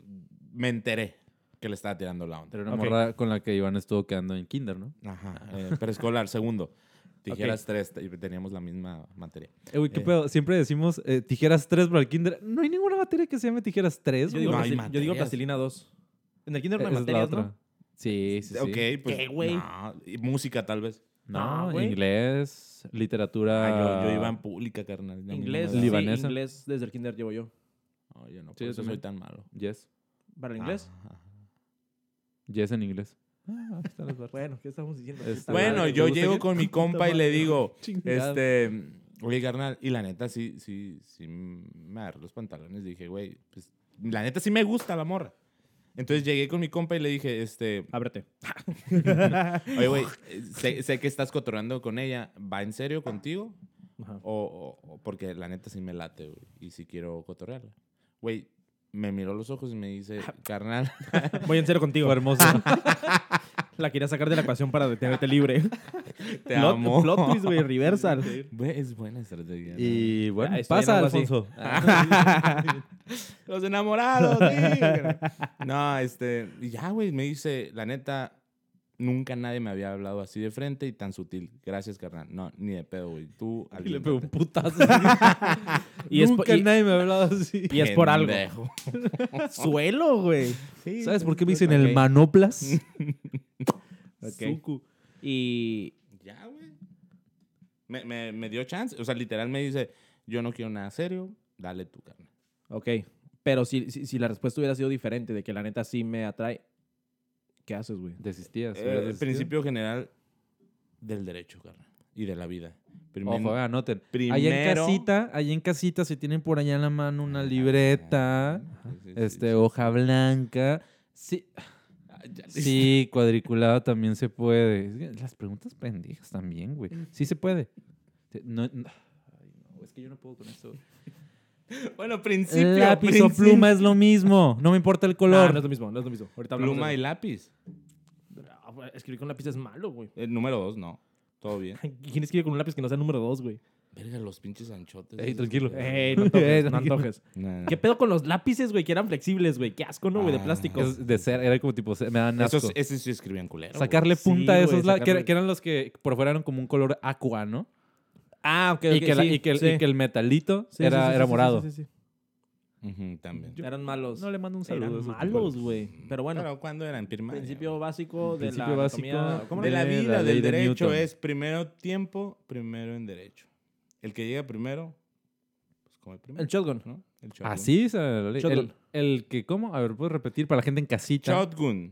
Me enteré que le estaba tirando la onda.
Pero era una
Ok.
morra con la que Iván estuvo quedando en kinder, ¿no?
Ajá. eh, preescolar, segundo. Tijeras tres, te- teníamos la misma materia.
Eh, güey, qué
Eh.
pedo. Siempre decimos eh, tijeras 3 para el kinder. No hay ninguna materia que se llame tijeras 3,
yo
güey.
digo,
No hay
plastil- yo digo
materias.
plastilina 2. En el kinder no
Esa
hay
es la
materias,
otra.
¿no?
Sí, sí, sí.
ok, pues.
¿Qué, güey?
no, y música, tal vez.
No,
No, Ah, güey.
inglés, literatura.
Ah, yo, yo iba en pública, carnal. a mí no me
Inglés,
daba.
sí,
Libanesa.
inglés desde el kinder llevo yo.
No, yo no,
Sí,
por
yo
eso soy
también.
tan malo.
Yes.
¿Para
Ah.
el inglés?
Ajá.
Yes en inglés. Ah,
Bueno, ¿qué estamos diciendo?
Este,
Está
Bueno,
mal.
madre, ¿te
yo
gusta
llego
qué?
con mi compa y le
madre.
digo,
Chingado.
este, oye, carnal, y la neta sí, sí, sí, me agarré los pantalones. Dije, güey, pues, la neta sí me gusta la morra. Entonces llegué con mi compa y le dije, este,
Ábrete.
oye, güey, eh, sé, sé que estás cotorreando con ella, ¿va en serio contigo?
Ajá.
O, o- o porque la neta sí me late, güey, y sí quiero cotorrearla. Güey, me miró los ojos y me dice,
Ah.
carnal,
Voy en serio contigo.
Fue hermoso.
La quería sacar de la ecuación para detenerte libre.
te
Plot-
amo.
Plot twist, güey, reversal.
Güey, es buena estrategia. ¿no?
y bueno,
estoy en
pasa,
algo así.
Alfonso.
Los enamorados, sí. No, este, y ya, güey, me dice, la neta, nunca nadie me había hablado así de frente y tan sutil. Gracias, carnal. No, ni de pedo, güey. Tú,
Y le
aliéntate.
pegó un putazo.
Y es po-
Nunca
y-
nadie me ha hablado así.
y es por algo.
Pendejo.
Suelo, güey.
¿Sabes por qué me dicen el
Ok.
manoplas?
Ok. Y
Ya, güey. Me, me, me dio chance. O sea, literal me dice, yo no quiero nada serio, dale tú, carnal.
Ok, pero si, si, si la respuesta hubiera sido diferente, de que la neta sí me atrae, ¿qué haces, güey?
Desistías.
Eh,
hubieras
el
desistido.
principio general del derecho, carnal. Y de la vida. Primero,
Ojo, eh, anoten. Allá en
primero-
casita, allá en casita, si tienen por allá en la mano una libreta,
Ah, Sí, sí, sí,
este,
sí.
hoja blanca. Sí,
Ah, ya le-
sí, cuadriculado también se puede. Es que Las preguntas pendejas también, güey. Sí se puede. Sí, No, no- Ay, no, es que yo no puedo con eso.
Bueno, principio.
Lápiz o
principio. Ah,
pluma es lo mismo. No me importa el
No,
color.
Ah, no es lo mismo, no es lo mismo. Ahorita hablamos.
Pluma
de-
y lápiz.
Ah, güey, Escribir con lápiz es malo, güey.
El número dos, no. Todo bien.
¿Quién escribe con un lápiz que no sea número dos, güey?
Verga, los pinches anchotes.
Ey,
esos,
tranquilo.
güey.
Ey, no antojes, no
tranquilo.
antojes.
No, no.
¿Qué pedo con los lápices, güey? Que eran flexibles, güey. Qué asco, ¿no, güey? De
Ah.
plástico.
Es de ser, era como tipo, se- me dan asco.
Esos, esos sí escribían culero. güey.
Sacarle
Sí,
punta a
güey,
esos, la- que,
sacarle-
que eran los que por fuera eran como un color aqua, ¿no?
Ah, ok, ok.
y, que la-
sí,
y que el,
sí.
y que el metalito
Sí, sí,
era,
sí,
era
sí, sí,
morado.
sí, sí, sí.
Ujú, también.
Eran malos.
No le mando un saludo. a
Eran
esos
malos, güey. Pero bueno,
Pero cuando eran primaria.
principio
güey?
básico de
Principio
la
básico
anatomía- ¿Cómo
de
era?
la
De la
vida,
ley
del
de
derecho
Newton.
es primero tiempo, primero en derecho. El que llega primero, pues como el primero.
El shotgun.
¿no? El shotgun.
Así es la ley. El,
Shotgun.
el que, ¿cómo? A ver, ¿puedes repetir para la gente en casita?
Shotgun.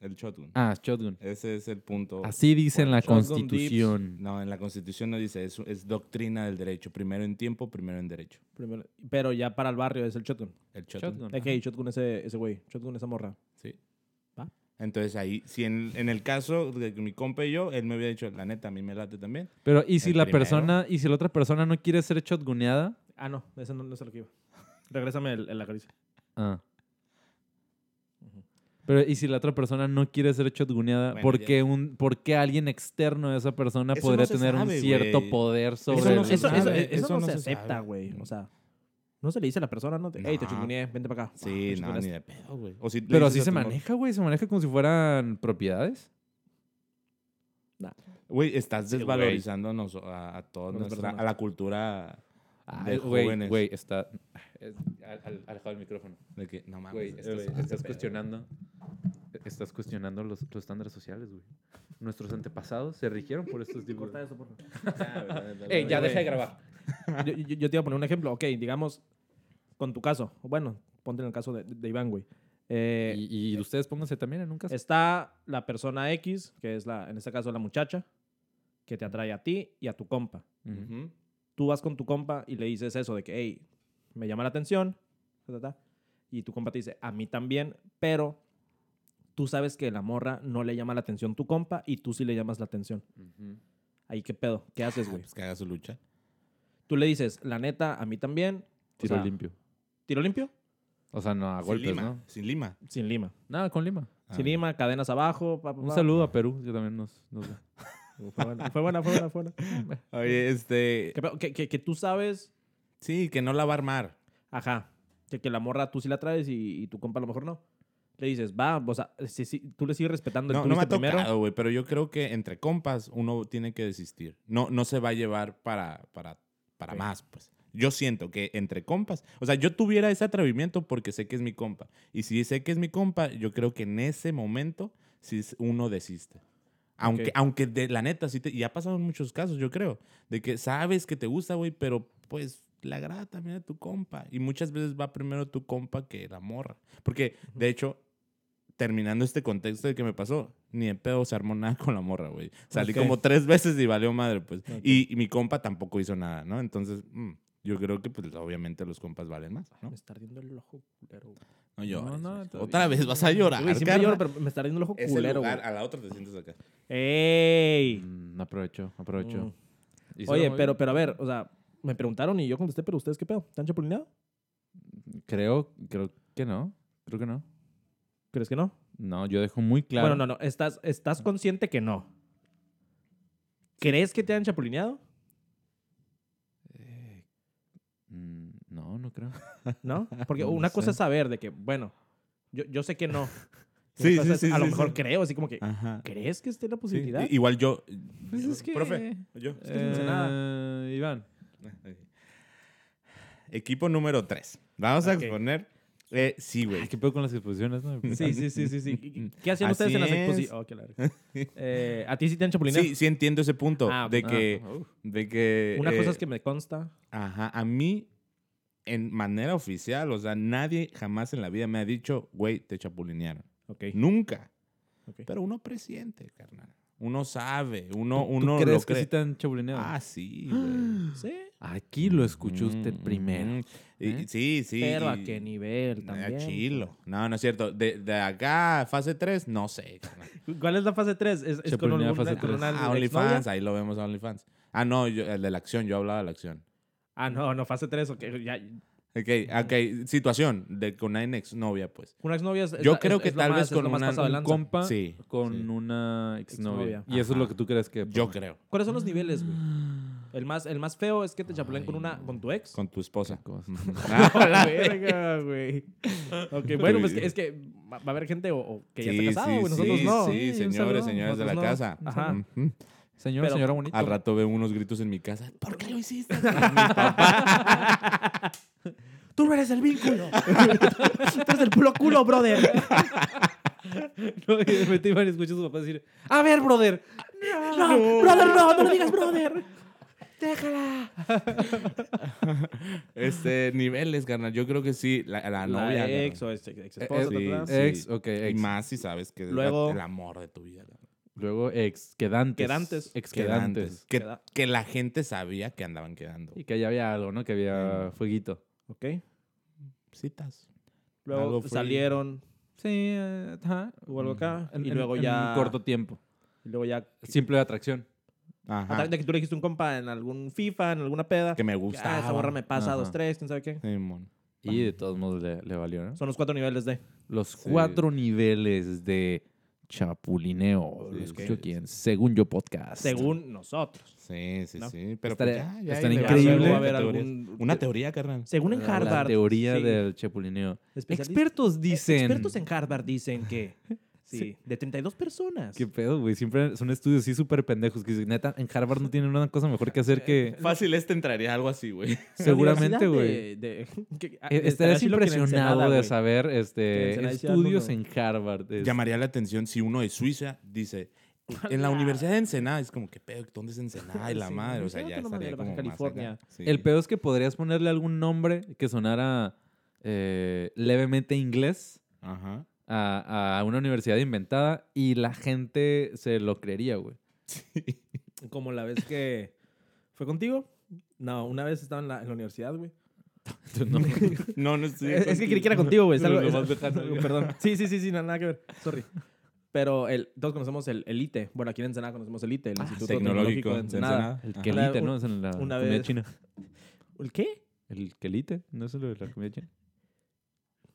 El shotgun.
Ah, shotgun.
Ese es el punto.
Así dice en la
Shotgun
Constitución.
No, en la Constitución no dice, es, es doctrina del derecho. Primero en tiempo, primero en derecho.
Primero- Pero ya para el barrio es el shotgun.
El shotgun.
Shotgun,
Ok, shotgun ese ese güey, shotgun esa morra.
Sí.
¿Va?
Entonces ahí, si en, en el caso de que mi compa y yo, él me había dicho, la neta, a mí me late también.
Pero, ¿y si
El
la
primero.
persona, y si la otra persona no quiere ser shotguneada?
Ah, no, ese no, no es a lo que iba. Regrésame el, el acaricia.
Ah. Pero, ¿y si la otra persona no quiere ser shotguneada?
Bueno,
¿por,
ya.
qué un, ¿Por qué alguien externo de esa persona
Eso
podría
no se
tener un
sabe,
cierto
güey.
poder sobre
Eso no
el-
se
eso,
sabe,
eso-
eso
eso no,
no
se,
se
acepta,
sabe.
güey. O sea, no se le dice a la persona, ¿no? Ey, te
No.
chuponeé, vente para acá. Ah,
Sí,
te
no,
chuponeaste.
ni de pedo, güey. O si le
pues, Pero
dices
así
a
se
tu morra,
maneja, güey. Se maneja como si fueran propiedades.
Güey, estás
Sí, güey.
desvalorizando a noso- a, a toda
A las
nuestra,
personas.
a la cultura
Ay,
de
Güey,
jóvenes.
güey, está... es- al- al- alejado el micrófono.
De que, no mames.
Güey,
eh,
estás,
güey,
estás cuestionando. Estás cuestionando los, los estándares sociales, güey. Nuestros antepasados se rigieron por estos tipos.
Corta eso, por favor.
Ey, ya
güey.
deja de grabar.
yo, yo- yo te iba a poner un ejemplo. Ok, digamos, con tu caso. Bueno, ponte en el caso de, de Iván, güey. Eh,
Y, y ustedes pónganse también en un caso.
Está la persona X, que es la, en este caso la muchacha, que te atrae a ti y a tu compa.
Ujú.
Ujú.
Tú vas con tu compa y le dices eso de que, hey, me llama la atención, ta, ta, ta. y tu compa te dice, a mí también, pero tú sabes que la morra no le llama la atención tu compa y tú sí le llamas la atención. Ahí qué pedo, ¿qué haces, güey?
Pues que haga su lucha.
Tú le dices, la neta, a mí también. O
Tiro
sea,
limpio.
Tiro limpio,
O sea, no a
Sin
golpes,
lima.
¿no?
Sin lima.
sin lima.
Nada, con Lima.
Ah,
sin lima, cadenas abajo. pa, pa,
Un
pa.
saludo a Perú, que también nos, nos ve.
Fue buena, fue buena, fue buena. Fue buena.
Oye, este.
¿Qué pedo? Que- que- que tú sabes
Sí, que no la va a armar.
Ajá. Que, que la morra tú sí la traes y, y tu compa a lo mejor no. Le dices, va, o sea, sí, sí, tú le sigues respetando. el
No, no me
turista
ha
primero.
tocado, güey, pero yo creo que entre compas uno tiene que desistir. No, no se va a llevar para, para, para
Ok.
más, pues. Yo siento que entre compas, o sea, yo tuviera ese atrevimiento porque sé que es mi compa. Y si sé que es mi compa, yo creo que en ese momento sí es- uno desiste. Aunque,
Ok.
aunque de la neta, sí te, y ha pasado en muchos casos, yo creo, de que sabes que te gusta, güey, pero pues la agrada también a tu compa. Y muchas veces va primero tu compa que la morra. Porque, de hecho, terminando este contexto de que me pasó, ni en pedo se armó nada con la morra, güey. Salí
Ok.
como tres veces y valió madre, pues.
Ok.
Y, y mi compa tampoco hizo nada, ¿no? Entonces, mm, yo creo que, pues, obviamente los compas valen más, ¿no?
Me está ardiendo el ojo culero. güey.
No llores.
no,
güey.
está
Otra
bien.
vez vas a llorar,
Güey, siempre
carnal.
lloro, pero me está ardiendo el ojo
Ese
culero,
lugar,
güey.
a la otra te sientes acá.
¡Ey!
Mm, aprovecho, aprovecho.
Mm.
Y se
Oye,
va muy
pero,
bien.
pero a ver, o sea, me preguntaron y yo contesté, pero ustedes qué pedo, ¿están chapulineados?
Creo, creo que no. Creo que no.
¿Crees que no?
No, yo dejo muy claro.
Bueno, no, no, estás, estás consciente que no. ¿Crees que te han chapulineado?
Eh, mm, no, no creo.
¿No? Porque
No
una cosa
sé.
es saber de que, bueno, yo, yo sé que no. Y
Sí,
otra
sí,
cosa es,
sí,
A lo
sí,
mejor
sí.
creo, así como que,
Ajá.
¿crees que esté la
Sí,
posibilidad?
i- Igual yo.
Pues es que...
Profe, yo.
que no sé nada.
Eh, Iván.
Equipo número 3. Vamos a
Ok.
exponer. Eh, sí, güey.
Ay, Ah, ¿Qué pedo con las exposiciones? No?
Sí, sí, sí, sí, sí. ¿Y- y- ¿Qué hacían
Así
ustedes en las
es.
exposiciones? Oh, qué largo. Eh, ¿A ti sí te han chapulineado?
Sí, sí entiendo ese punto.
Ah,
de,
Ah,
que,
uh,
de que.
Una
eh,
cosa es que me consta.
Ajá, a mí, en manera oficial, o sea, nadie jamás en la vida me ha dicho, güey, te chapulinearon.
Ok.
Mm,
Nunca.
ok.
Pero uno presiente, carnal. Uno sabe, uno,
¿tú
uno
crees
lo
que
cree.
sí te han chabulineado?
Ah, sí, güey.
Sí.
Aquí lo escuchó usted
Mm,
primero.
mm. Y-
¿eh?
Sí, sí.
Pero a
y-
qué nivel
A
también. pues.
chilo. No, no es cierto. De, de acá, fase 3, no sé. carnal.
¿Cuál es la fase 3? ¿Es, es con
Chapulineada
alguna-
fase
con
tres.
una
Ah,
exnovia?
OnlyFans, ahí lo vemos a OnlyFans. Ah, no, yo- el de la acción, yo hablaba de la acción.
Ah, no, no, fase 3. ok, ya.
Ok, ok, situación de con una ex novia, pues.
Una exnovia es, es
Yo
la-
creo
es-
que
es lo
tal
más-
vez
es lo
con
más
una-
pasado de
Un
lanza.
compa
Sí,
con
sí.
una exnovia.
Exnovia.
Y eso es lo que tú crees que...
Yo
pasó.
creo.
¿Cuáles son los niveles, güey?
Ah.
El más, el más feo es que te chapulen con una con tu Ah, ex.
Con tu esposa.
Qué cosa.
Ujú.
A la verga, güey. Ok, bueno, pues que- es que va va a haber gente o, o que ya
Sí,
está casado,
sí,
güey. Nosotros
sí,
no.
Sí,
Sí, un
señores,
saludo.
señores de la
Nosotros no.
casa.
Ajá.
Ujú.
Señora,
Pero
señora bonita.
Al rato veo unos gritos en mi casa. ¿Por qué lo hiciste?
Tú no eres el vínculo. Tú eres el puro culo, brother.
No, y de repente Iván escucha a su papá decir...
A ver, brother. No, brother, no, no le digas, brother. Déjala.
este, niveles, carnal. Yo creo que sí. La, la
La
novia.
ex
carnal.
o ex, ex esposa.
Sí,
¿verdad?
sí.
Ex, ok,
Y
ex.
más si sabes que
Luego-
es la- el amor de tu vida. carnal.
Luego ex quedantes.
Quedantes.
Ex quedantes.
Quedantes. Que,
Queda-
que la gente sabía que andaban quedando.
Y que ya había algo, ¿no? Que
Mm.
había fueguito.
Ok.
Citas.
Luego
Algo fue-
salieron,
Sí, eh, ajá.
hubo algo acá.
En-
y
en-
luego
en
ya.
corto tiempo.
y luego ya.
Simple atracción.
Ajá.
hasta de que tú le dijiste a un compa en algún FIFA, en alguna peda.
Que me
que, ah,
gustaba.
esa borra me pasa
Ajá.
dos, tres, quién sabe qué.
Simón.
Y de todos modos le, le valió, ¿no?
Son los cuatro niveles de.
Los
Sí.
cuatro niveles de chapulineo.
Sí,
lo
es
escucho
que-
aquí en Según Yo Podcast.
Según nosotros.
Sí, sí,
No.
sí. Pero
Estaría-
pues ya, ya
estaría
hay
Ya luego
increíble.
va a
varias
haber
categorías.
algún-
Una teoría, carnal.
Según en
La-
Harvard.
La teoría
sí,
del chapulineo.
especialistas-
Expertos
eh,
dicen...
Expertos en Harvard dicen que. Sí, de 32 personas.
¿Qué pedo, güey? Siempre son estudios así súper pendejos. Que dicen, neta, en Harvard no tienen una cosa mejor que hacer que...
Fácil este entraría algo así, güey.
Seguramente, güey.
ah,
Eh, Estarías impresionado de saber
saber. Que en
este,
Ensenada sí hay
estudios en
alguno.
Harvard. este,
Llamaría la atención si uno de Suiza dice, en la Universidad de Ensenada, es como, ¿qué pedo? ¿Dónde es Ensenada? Y la
Sí,
madre, o sea, ya
Universidad Autónoma de
estaría
Baja
como
California.
Más acá. Sí.
El pedo es que podrías ponerle algún nombre que sonara eh, levemente inglés
Ajá.
a, a una universidad inventada y la gente se lo creería, güey.
Como la vez que fue contigo. No, una vez estaba en la, en la universidad, güey.
Entonces, no,
No, no estoy.
Eh, es, es que creí que era
contigo.
contigo, güey. es
Lo-
algo-
lo
es-
más lejano, güey.
Perdón. Sí, sí, sí, sí, nada, nada que ver. Sorry. Pero el, todos conocemos el, el ITE. Bueno, aquí en Ensenada conocemos el
Ah,
ITE, el Instituto Tecnológico, de Ensenada.
el
Ajá.
Ajá.
quelite, ¿no? Es en la
Una
comida
vez-
china.
¿El qué?
El quelite, ¿no es lo de la comida china?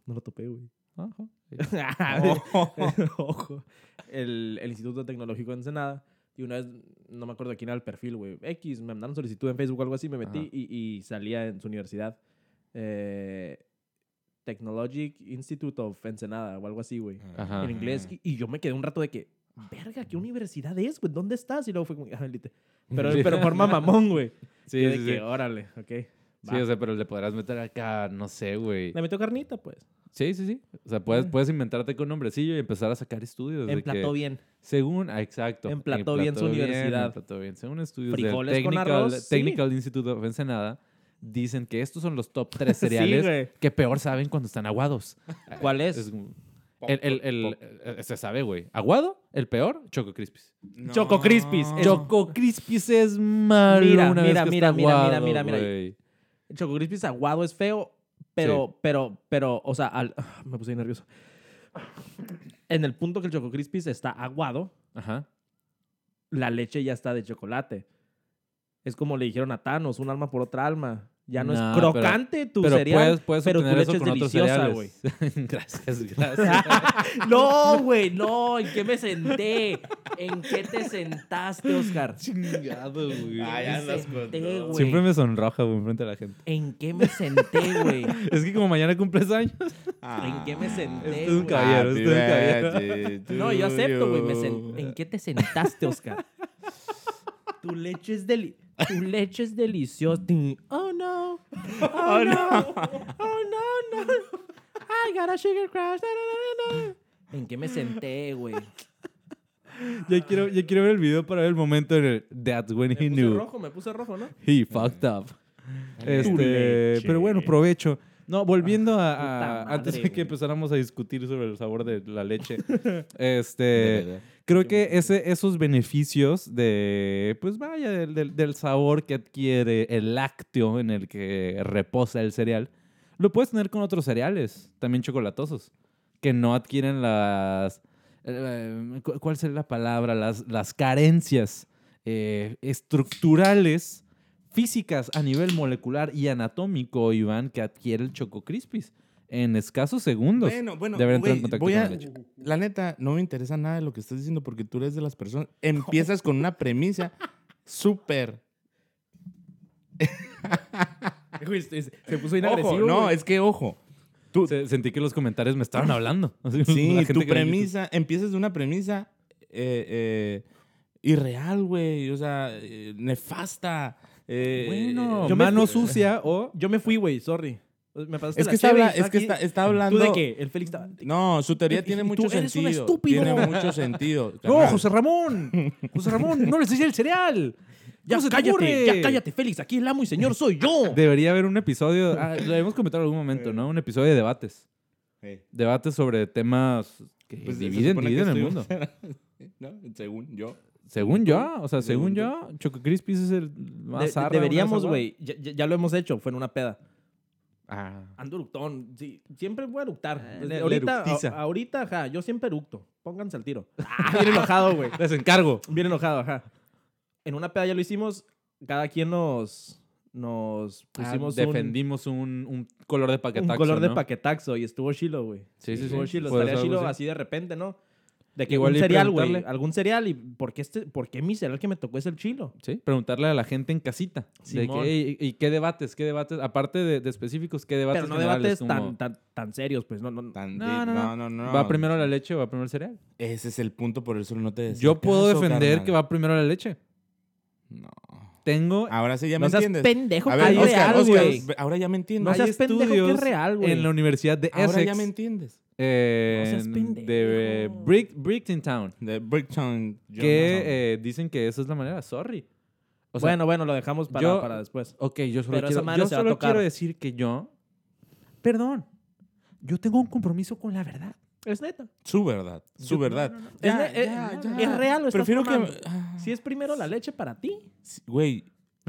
No lo topé, güey.
Ajá.
Oh.
Ojo. El, el Instituto Tecnológico de Ensenada. Y una vez, no me acuerdo de quién era el perfil, güey. X, me mandaron solicitud en Facebook o algo así, me
Ajá.
metí y, y salía en su universidad. Eh, Technologic Institute of Ensenada o algo así, güey.
Ajá.
En inglés. Y, y yo me quedé un rato de que, verga, ¿qué universidad es, güey? ¿Dónde estás? Y luego fue como, ah, elite. Pero, pero forma mamón, güey.
Sí,
Y yo
sí,
de que,
sí.
órale, ok.
Sí, o sea, pero le podrás meter acá, no sé, güey.
Le metió carnita, pues.
Sí, sí, sí. O sea, puedes,
Ah.
puedes inventarte con nombrecillo y empezar a sacar estudios. de que-
Emplató bien.
Según, ah, exacto.
Emplató bien su universidad.
Emplató bien. Según estudios
Frijoles
del
con
Technical,
arroz, sí.
Technical Institute of Ensenada, dicen que estos son los top tres cereales
güey.
que peor saben cuando están aguados.
¿Cuál es?
Ah, Es un- el, el- el- eh, se sabe, güey. Aguado, el peor, Choco Crispis.
No.
Choco Crispis. Es-
Choco Crispis es malo.
Mira,
una vez
mira,
que
mira,
está
mira, mira,
aguado,
mira, mira.
güey.
El Choco Crispis aguado es feo, pero, pero, pero, o sea, al- me puse bien nervioso. En el punto que el Choco Crispis está aguado,
Ajá.
la leche ya está de chocolate. Es como le dijeron a Thanos, un alma por otra alma. Ya no,
Nah,
es
pero-
crocante tu
Pero
cereal,
puedes, puedes
pero tu
obtener eso
leche
con
es
otros
deliciosa, güey. Ah,
cereales. gracias, gracias.
No, güey, no. ¿En qué me senté? ¿En qué te sentaste, Oscar?
Chingado, güey.
Ay,
Me
andas con
senté,
todo.
güey.
Siempre me sonroja, güey, enfrente de la gente.
¿En qué me senté, güey?
Es que como mañana cumples años.
Ah.
¿En qué me senté?
Esto es un
güey?
caballero,
Happy
esto es un
birthday to
No, yo acepto, güey. me sen-
you.
¿En qué te sentaste, Oscar? tu leche es deli... Tu leche es deliciosa. Tin- Oh, no. Oh, no. Oh, no, no. I got a sugar crash. Na, na, na, na, na. ¿En qué me senté, güey?
Yo quiero, yo quiero ver el video para ver el momento en el That's when he knew
me puse rojo, Ah, ¿no?
he fucked up. Este,
leche.
pero bueno, provecho. No, volviendo a,
Ah,
a-
puta
antes de
madre,
que
güey.
empezáramos a discutir sobre el sabor de la leche,
De
este,
verdad.
creo que ese, esos beneficios de, pues vaya, del, del- del sabor que adquiere el lácteo en el que reposa el cereal, lo puedes tener con otros cereales, también chocolatosos, que no adquieren las, eh, cu- ¿cuál sería la palabra? Las, las carencias eh, estructurales físicas a nivel molecular y anatómico, Iván, que adquiere el Choco Crispis en escasos segundos.
Bueno, bueno,
Debe entrar en
güey,
contacto
voy
con
a-
la leche.
La neta, no me interesa nada de lo que estás diciendo porque tú eres de las personas. Empiezas con una premisa súper.
Se puso bien
Ojo,
agresivo.
no,
güey.
es que ojo. Tú,
Se- sentí que los comentarios me estaban hablando. Así, la
sí,
gente
tu
que ve en YouTube.
premisa. Empiezas de una premisa eh, eh, irreal, güey. O sea, eh, nefasta. eh,
Bueno,
eh,
yo me
mano
fui-
sucia o...
Yo me fui, güey, sorry. Me pasaste
Es
la
que, está,
cheve y
habla-
estaba
es que
aquí-
está, está hablando.
¿Tú de qué? El Félix estaba...
No, su teoría tiene
Y tú,
mucho
"Eres un
sentido.
estúpido".
Tiene mucho sentido.
¡No,
carnal.
José Ramón! ¡José Ramón, no les hice el cereal!
Ya
¿Cómo se te
cállate,
ocurre?
ya cállate, Félix. Aquí el amo y señor soy yo.
Debería haber un episodio, ah, lo hemos comentado en algún momento, ¿no? Un episodio de debates.
Sí.
Debates sobre temas que
Pues, se
dividen,
supone que
dividen el mundo.
estuvimos- ¿No? Según yo.
Según yo, o sea, según
Según
yo, Choco Crispis es el
De-
más
de-
zarra,
deberíamos,
más
güey. Ya, ya- ya lo hemos hecho. Fue en una peda.
zarra. Ah.
Ando eructón. Sí, siempre voy a eructar. Desde
Eh, le- le
ahorita,
eructiza.
a- ahorita, ajá. Yo siempre eructo. Pónganse al tiro. Ah, bien enojado, güey.
Les encargo.
Bien enojado, ajá. En una peda ya lo hicimos. Cada quien nos... Nos
Ah,
pusimos un-
defendimos un, un color de
un,
paquetaxo,
color de
¿no?
paquetaxo y estuvo chilo, güey.
Sí, sí,
Estuvo
sí.
chilo.
Pues,
Estaría
algo
chilo
así.
así de repente, ¿no? De que
Igual
un
y
cereal, güey.
preguntarle.
Algún cereal. ¿Y por qué, este, por qué mi cereal que me tocó es el chilo?
Sí, preguntarle a la gente en casita. De que,
Simón.
"Ey, ¿Y qué debates? ¿Qué debates? Aparte de, de específicos, ¿qué debates
Pero no
generales
debates
como,
tan, tan, tan serios, pues. No, no, no.
Tan-
No,
di-
no, no.
no, no,
¿Va
no.
primero la leche o va primero el cereal?
Ese es el punto, por eso no te decía
Yo puedo
caso,
defender
carnal.
que va primero la leche.
No.
Tengo
Ahora sí ya me
no seas
entiendes.
pendejo,
A
que
ver,
es
Oscar,
real,
Oscar,
güey.
ve- ahora ya me
No
entiendes.
hay
seas pendejo, que es
estudios
real, güey.
en la Universidad de
ahora ya
Essex,
me entiendes.
eh,
No seas
en-
pendejo.
de eh, Brick, Brickton Town,
De Bricktown. yo no sé.
que eh, dicen que esa es la manera. Sorry. O sea,
bueno, bueno, lo dejamos para,
yo-
para después.
Ok, yo solo,
Pero esa
quiero,
madre
yo
no se va a
solo
tocar.
quiero decir que yo. Perdón. yo tengo un compromiso con la verdad.
Es neta.
Su verdad, su
Yo-
verdad.
no, eh, no, no.
Es ne- es- es real, lo estás
Prefiero
tomando.
que. Ah,
Si es primero la leche para ti.
sí, Güey,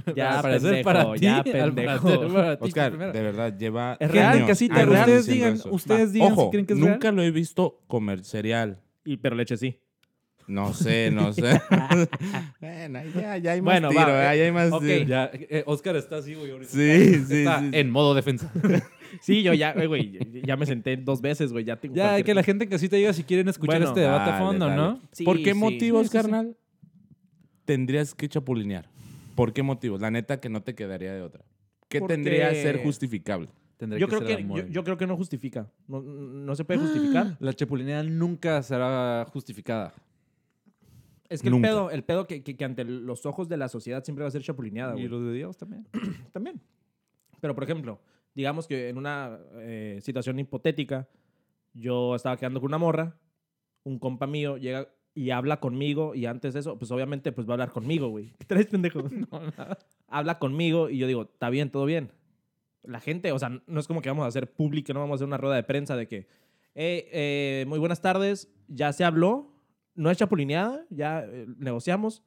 Al parecer para ti,
ya
al
pendejo.
parecer para ti
Oscar,
primero.
de verdad, lleva.
Es
¿Qué
real,
tal,
años,
casita?
años
es real.
ustedes
diciendo
digan,
eso.
ustedes
Va,
digan
Ojo,
si creen que es
nunca
real.
lo he visto comer cereal.
Y, pero leche sí.
No sé, no sé. bueno, ya, ya hay más
Bueno, va,
tiro, ¿verdad? ya hay más
ok.
tiro.
Ya, eh, Oscar está así, güey, ahorita.
Sí, sí, sí.
Está en modo defensa.
Sí, yo ya, eh, güey, ya- ya me senté dos veces, güey. Ya tengo
ya,
cualquier
que la
cosa.
gente en casita diga si quieren escuchar
Bueno,
este debate a
dale,
fondo,
dale.
¿no?
Sí,
¿Por qué
sí.
motivos,
Sí, sí, sí.
carnal, tendrías que chapulinear? ¿Por qué motivos? La neta que no te quedaría de otra. ¿Qué
Porque-
tendría que ser justificable?
Tendría
Yo
que
creo
ser
que,
amor.
yo, yo creo que no justifica. No, no se puede justificar.
La chapulinea nunca será justificada.
Es que el
Nunca.
pedo, el pedo que, que- que ante los ojos de la sociedad siempre va a ser chapulineada, Ah, güey.
Y los de Dios también.
también. Pero, por ejemplo, digamos que en una eh, situación hipotética, yo estaba quedando con una morra, un compa mío llega y habla conmigo, y antes de eso, pues obviamente pues va a hablar conmigo, güey. ¿Qué traes, pendejo? Habla conmigo y yo digo, está bien, todo bien. La gente, o sea, no es como que vamos a hacer público, no vamos a hacer una rueda de prensa de que, "Eh, eh, muy buenas tardes, ya se habló, no es chapulineada, ya eh, negociamos,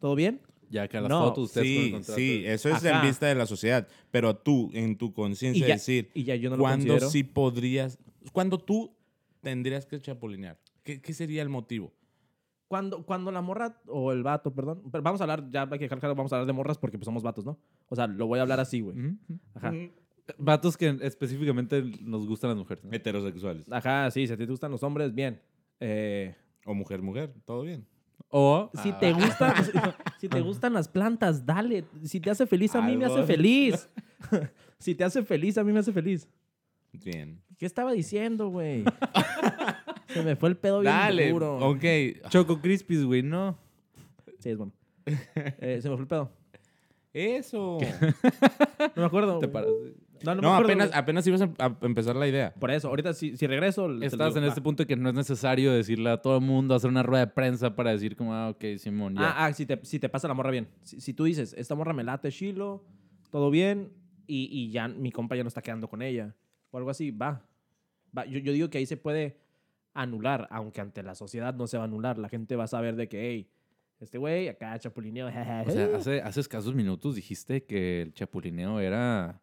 todo bien.
Ya que a las
No,
fotos ustedes con el
Sí,
contrato.
sí, eso es
Ajá.
en vista de la sociedad. Pero tú, en tu
Y
conciencia,
ya,
decir,
y ya yo no lo
¿cuándo
considero.
sí podrías, cuándo tú tendrías que chapulinear? ¿Qué, qué sería el motivo?
Cuando, cuando la morra o el vato, perdón, pero vamos a hablar, ya hay que dejar claro, vamos a hablar de morras porque pues somos vatos, ¿no? O sea, lo voy a hablar así, güey.
Ujú.
Ajá.
Vatos que específicamente nos gustan las mujeres.
Eh,
¿no?
Heterosexuales.
Ajá, sí, si a ti te gustan los hombres, bien. Eh,
O mujer, mujer, todo bien.
O
si te gustan, si, si te gustan las plantas, dale. Si te hace feliz, a mí me hace
Algo.
feliz. si te hace feliz, a mí me hace feliz.
Bien.
¿Qué estaba diciendo, güey? Se me fue el pedo bien duro.
Ok.
Choco Crispies, güey, no.
Sí, es bueno. Eh, se me fue el pedo.
Eso.
No me acuerdo.
Te paras.
No, no, me
No,
acuerdo,
apenas,
güey.
apenas ibas a, a empezar la idea.
Por eso, ahorita si, si regreso... te lo
Estás
digo.
en
Va.
este punto que no es necesario decirle a todo el mundo, hacer una rueda de prensa para decir como, ah, ok, Simón, ya.
Ah, ah, si te, si te pasa la morra bien. Si, si tú dices, esta morra me late, chilo, todo bien, y, y ya mi compa ya no está quedando con ella, o algo así, va. va. Yo, yo digo que ahí se puede anular, aunque ante la sociedad no se va a anular. La gente va a saber de que, hey, este güey acá chapulineo.
O
eh.
sea, hace, hace escasos minutos dijiste que el chapulineo era...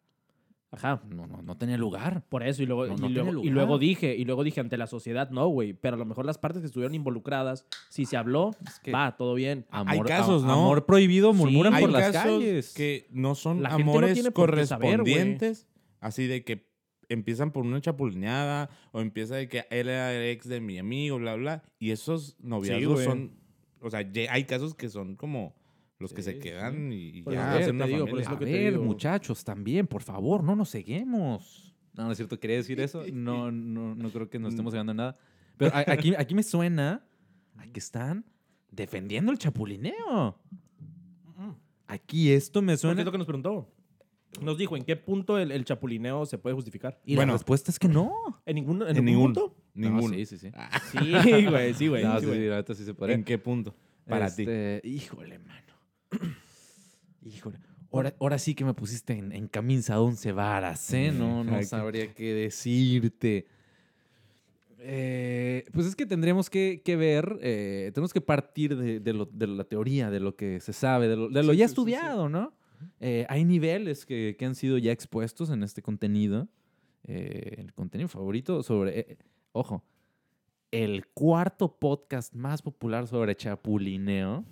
Ajá.
No, no, no tenía lugar.
Por eso, y luego,
Mm. No,
y
no tiene
luego, y
lugar.
luego dije, y luego dije ante la sociedad, no, güey, pero a lo mejor las partes que estuvieron involucradas, si se habló,
Es que-
va, todo bien.
Amor,
Hay casos,
a-
¿no?
Amor prohibido, murmuran
Hay
por las calles.
que no son
La gente no
amores
tiene por qué saber, güey.
correspondientes, así de que empiezan por una chapulineada o empieza de que él era el ex de mi amigo, bla, bla. Y esos noviazgos
güey.
son, o sea, ye- hay casos que son como los que
Sí,
se quedan y- y
Por
ya
eso te
hacen una
digo, por
familia.
eso
A
lo que te
ver,
digo.
muchachos, también, por favor, no nos seguimos. No, no es cierto, quería decir eso. No, no, no creo que nos estemos ganando nada. Pero a- aquí, aquí me suena a que están defendiendo el chapulineo. Aquí esto me
Porque
suena.
es lo que nos preguntó. Nos dijo, ¿en qué punto el, el chapulineo se puede justificar?
Y
Bueno.
la respuesta es que no.
¿En ningún, en
En
ningún
ningún,
punto?
ninguno. Ah,
No, sí, sí, sí.
Sí, güey, sí, güey.
No,
sí,
sí,
güey.
sí, la neta sí se podría.
¿En qué punto? Para ti.
Este, Híjole, mano. Híjole. Ahora, ahora sí que me pusiste en, en camisa de once varas, ¿eh? No, no
Ay, qué-
sabría qué decirte. Eh, pues es que tendríamos que, que ver, eh, tenemos que partir de, de lo- de la teoría, de lo que se sabe, de lo, de lo ya
Sí, sí, sí, sí.
estudiado, ¿no? Eh, hay niveles que, que han sido ya expuestos en este contenido. Eh, el contenido favorito sobre, eh, ojo, el cuarto podcast más popular sobre chapulineo.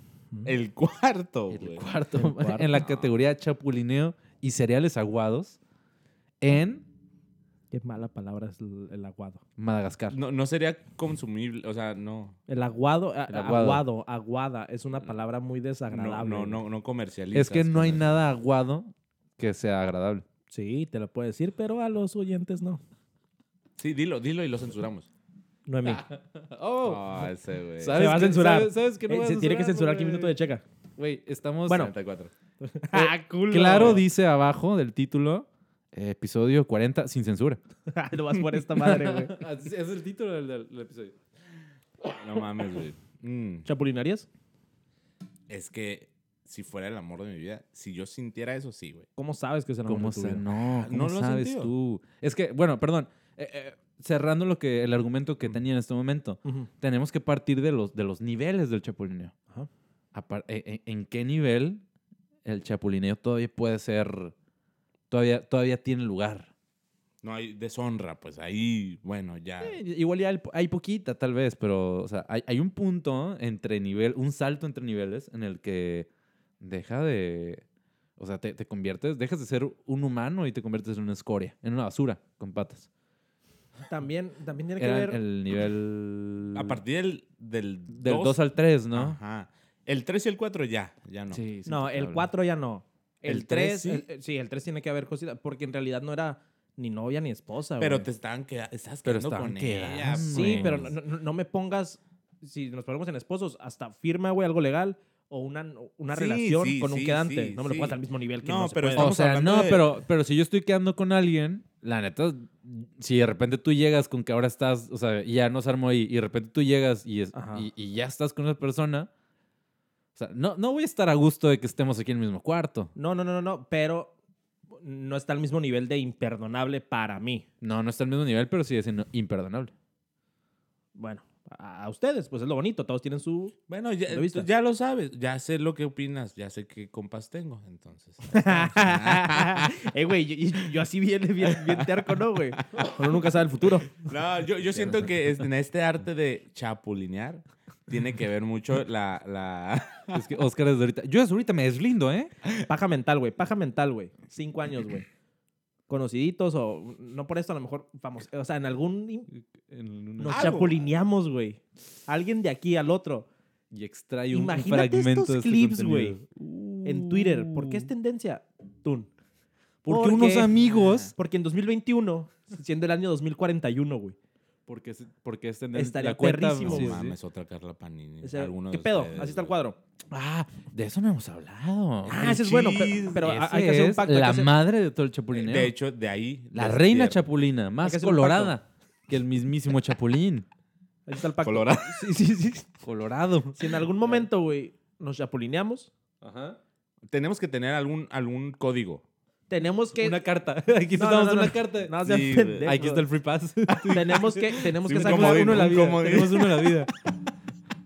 El cuarto,
El
güey.
cuarto,
El cuarto.
en la categoría chapulineo y cereales aguados en
Qué mala palabra es el, el aguado.
Madagascar.
No, no sería consumible, o sea, no.
El aguado, a-
El aguado.
aguado, aguada, es una palabra muy
No,
desagradable.
no, no, no comercializas.
es que no
con
hay
eso.
nada aguado que sea agradable.
Sí, te lo puedo decir, pero a los oyentes no.
Sí, dilo, dilo y lo censuramos.
No a mí.
Ah, ese, güey.
¿Sabes
Se va a
que-
censurar.
sabes- sabes que no
Eh,
vas a
se tiene que
censurar,
censurar qué
güey.
minuto de checa.
Güey, estamos...
Bueno.
74.
ah, culo.
Eh, Claro dice abajo del título, eh, episodio 40, sin censura.
no vas por esta madre, güey.
Ah, es el título del, episodio.
No mames, güey. Mm.
¿Chapulinarías?
Es que si fuera el amor de mi vida, si yo sintiera eso, sí, güey.
¿Cómo sabes que es el amor
¿Cómo
de tu
se,
vida?
no,
Ah,
¿cómo
¿no lo has
sabes
sentido?
tú? Es que, bueno, perdón. eh, eh, cerrando lo que, el argumento que tenía en este momento, tenemos que partir de los, de los niveles del chapulineo.
Ajá.
Apar- e- e- ¿En qué nivel el chapulineo todavía puede ser, todavía, todavía tiene lugar?
No hay deshonra, pues ahí, bueno, ya.
Eh, igual ya hay, po- hay poquita, tal vez, pero o sea, hay, hay un punto entre nivel, un salto entre niveles en el que deja de. O sea, te, te conviertes, dejas de ser un humano y te conviertes en una escoria, en una basura con patas.
También, también tiene que
Era
ver.
el nivel.
A partir del, del,
del 2,
dos-
al 3, ¿no?
Ajá. El 3 y el 4 ya, ya no.
Sí, sí,
no, el
total.
4 ya no. El
¿El tres
3,
sí?
sí, el 3 tiene que haber cositas. Porque en realidad no era ni novia ni esposa.
Pero
güey. Ah,
te estaban quedando, estás
Pero
quedando
estaban
con ella.
quedando.
Sí,
pues.
pero no, no- no me pongas, si nos ponemos en esposos, hasta firma, güey, algo legal o una, una
Sí,
relación
sí,
con un
sí,
quedante.
sí,
no me lo
sí.
pongas al mismo nivel que
No,
no,
pero
pero
O
Estamos
sea,
hablando
no,
de-
pero, pero si yo estoy quedando con alguien, la neta, si de repente tú llegas con que ahora estás, o sea, ya nos armó ahí, y de repente tú llegas y, es-
Ajá.
y, y ya estás con esa persona, o sea, no, no voy a estar a gusto de que estemos aquí en el mismo cuarto.
No, no, no, no, no, pero no está al mismo nivel de imperdonable para mí.
No, no está al mismo nivel, pero sigue siendo imperdonable.
Bueno, a, a ustedes, pues es lo bonito, todos tienen su...
Bueno, ya,
¿Lo viste?
tú ya lo sabes, ya sé lo que opinas, ya sé qué compas tengo, entonces.
eh, güey, yo, yo- yo así bien, bien, bien terco, ¿no, güey? Uno nunca sabe el futuro.
No, yo, yo siento que es- en este arte de chapulinear tiene que ver mucho la... la...
Es que Oscar desde ahorita, yo desde ahorita me deslindo, ¿eh?
Paja mental, güey. Paja mental, güey. Cinco años, güey. Conociditos o no por esto, a lo mejor vamos. O sea, en algún. in- Nos
Algo.
chapulineamos, güey. Alguien de aquí al otro.
Y extrae un, un
Imagínate
fragmento
estos
de este
clips,
contenido. Mm.
En Twitter. ¿Por qué este es tendencia? Tun.
Porque
¿Por
unos
qué?
amigos.
Porque en 2021, siendo el año 2041, güey.
Porque, es- porque este es tender-
Estaría
la cuenta. pues,
perrísimo,
No
sí, sí, sí.
mames, otra Carla Panini.
O sea,
alguno de
¿Qué pedo?
ustedes,
Así está el
güey.
cuadro.
Ah, de eso no hemos hablado.
Ah, ese es bueno, pe- pero,
Esa
hay que hacer un
es
pacto. hay que
La
hacer-
madre de todo el
Eh,
chapulineo.
De hecho, de ahí...
la
les
reina
dieron.
chapulina, más
hacer un
colorada que el mismísimo chapulín.
ahí está el pacto.
Colorado.
Sí, sí, sí.
Colorado.
Si en algún momento, güey, nos chapulineamos,
Tenemos que tener algún, algún código.
tenemos que.
Una carta. Aquí te
No, no,
damos
no,
una
no.
carta.
No seas
Sí, güey.
pendejo.
Aquí está el free pass.
Tenemos que, tenemos
Sí,
que
un
sacar
comodín,
uno a la
un
vida.
comodín.
Tenemos uno en la vida.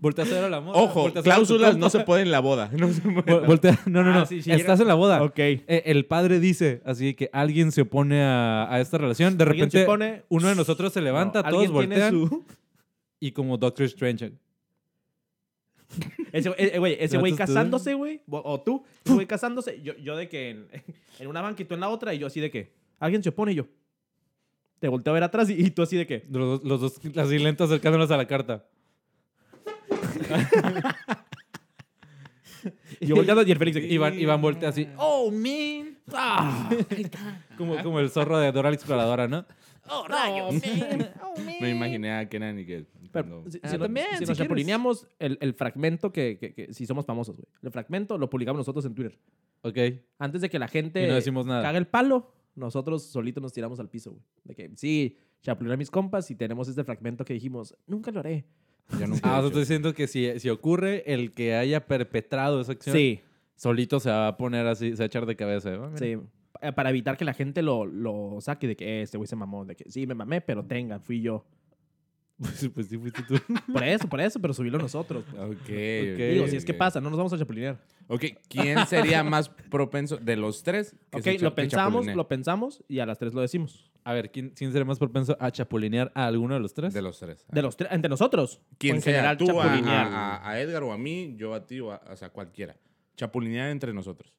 Volteas a ver a la moda.
Ojo,
volteas a ver a tu
cláusulas no
compa.
se pueden en la boda. No se pueden.
Vol- voltea- No, no, no.
Ah, sí, sí, llega-
Estás en la boda.
Ok. De
Eh, el padre dice, así que alguien se opone a, a esta relación. De repente,
pone,
uno de nosotros se levanta,
No,
todos
alguien tiene
voltean.
su-
Y como Doctor Strange.
Ese, eh, eh, güey, ese güey
Entonces tú-
casándose, güey. O, o tú, ese güey casándose. Yo, yo de que en, en una banca y tú en la otra. Y yo así de que alguien se opone y yo. Te volteo a ver atrás y, y tú así de que.
Los, dos- los dos, las silentas acercándonos a la carta.
Y yo volteando y el Félix de que.
Iván, Iván voltea así. ¡Oh, man! Ah". como, como el zorro de Dora la Exploradora, ¿no?
Oh, rayos. Oh, man.
Me imaginé a Kenan y que...
Pero, si,
Ah,
si nos-
también,
si
si
nos
quieres.
chapulineamos el, el fragmento que, que- que- Si somos famosos, güey. El fragmento lo publicamos nosotros en Twitter.
Ok.
Antes de que la gente
Y no decimos nada.
caga el palo, nosotros solitos nos tiramos al piso, güey. De que sí, chapuliné a mis compas y tenemos este fragmento que dijimos, nunca lo haré.
Yo nunca
Ah, o sea,
he hecho
estoy diciendo que si, si ocurre el que haya perpetrado esa acción,
Sí,
solito se va a poner así, se va a echar de cabeza. Ah, mira.
sí. Pa- Para evitar que la gente lo, lo saque de que "Eh, este güey se mamó, de que sí, me mamé, pero tengan, fui yo.
Pues, pues sí, fuiste tú.
Por eso, por eso, pero subirlo nosotros. pues.
Ok.
Digo,
ok,
si es que
ok.
pasa, no nos vamos a chapulinear.
Ok, ¿quién sería más propenso de los tres? que
Ok,
se cha-
lo
que
pensamos,
chapulinee?
lo pensamos y a las tres lo decimos.
A ver, ¿quién, quién sería más propenso a chapulinear a alguno de los tres?
De los tres.
De los tres, entre nosotros. o
¿Quién
en
sea?
general
Tú ah, a,
chapulinear.
a- a- a Edgar o a mí, yo a ti o a o sea, cualquiera. Chapulinear entre nosotros.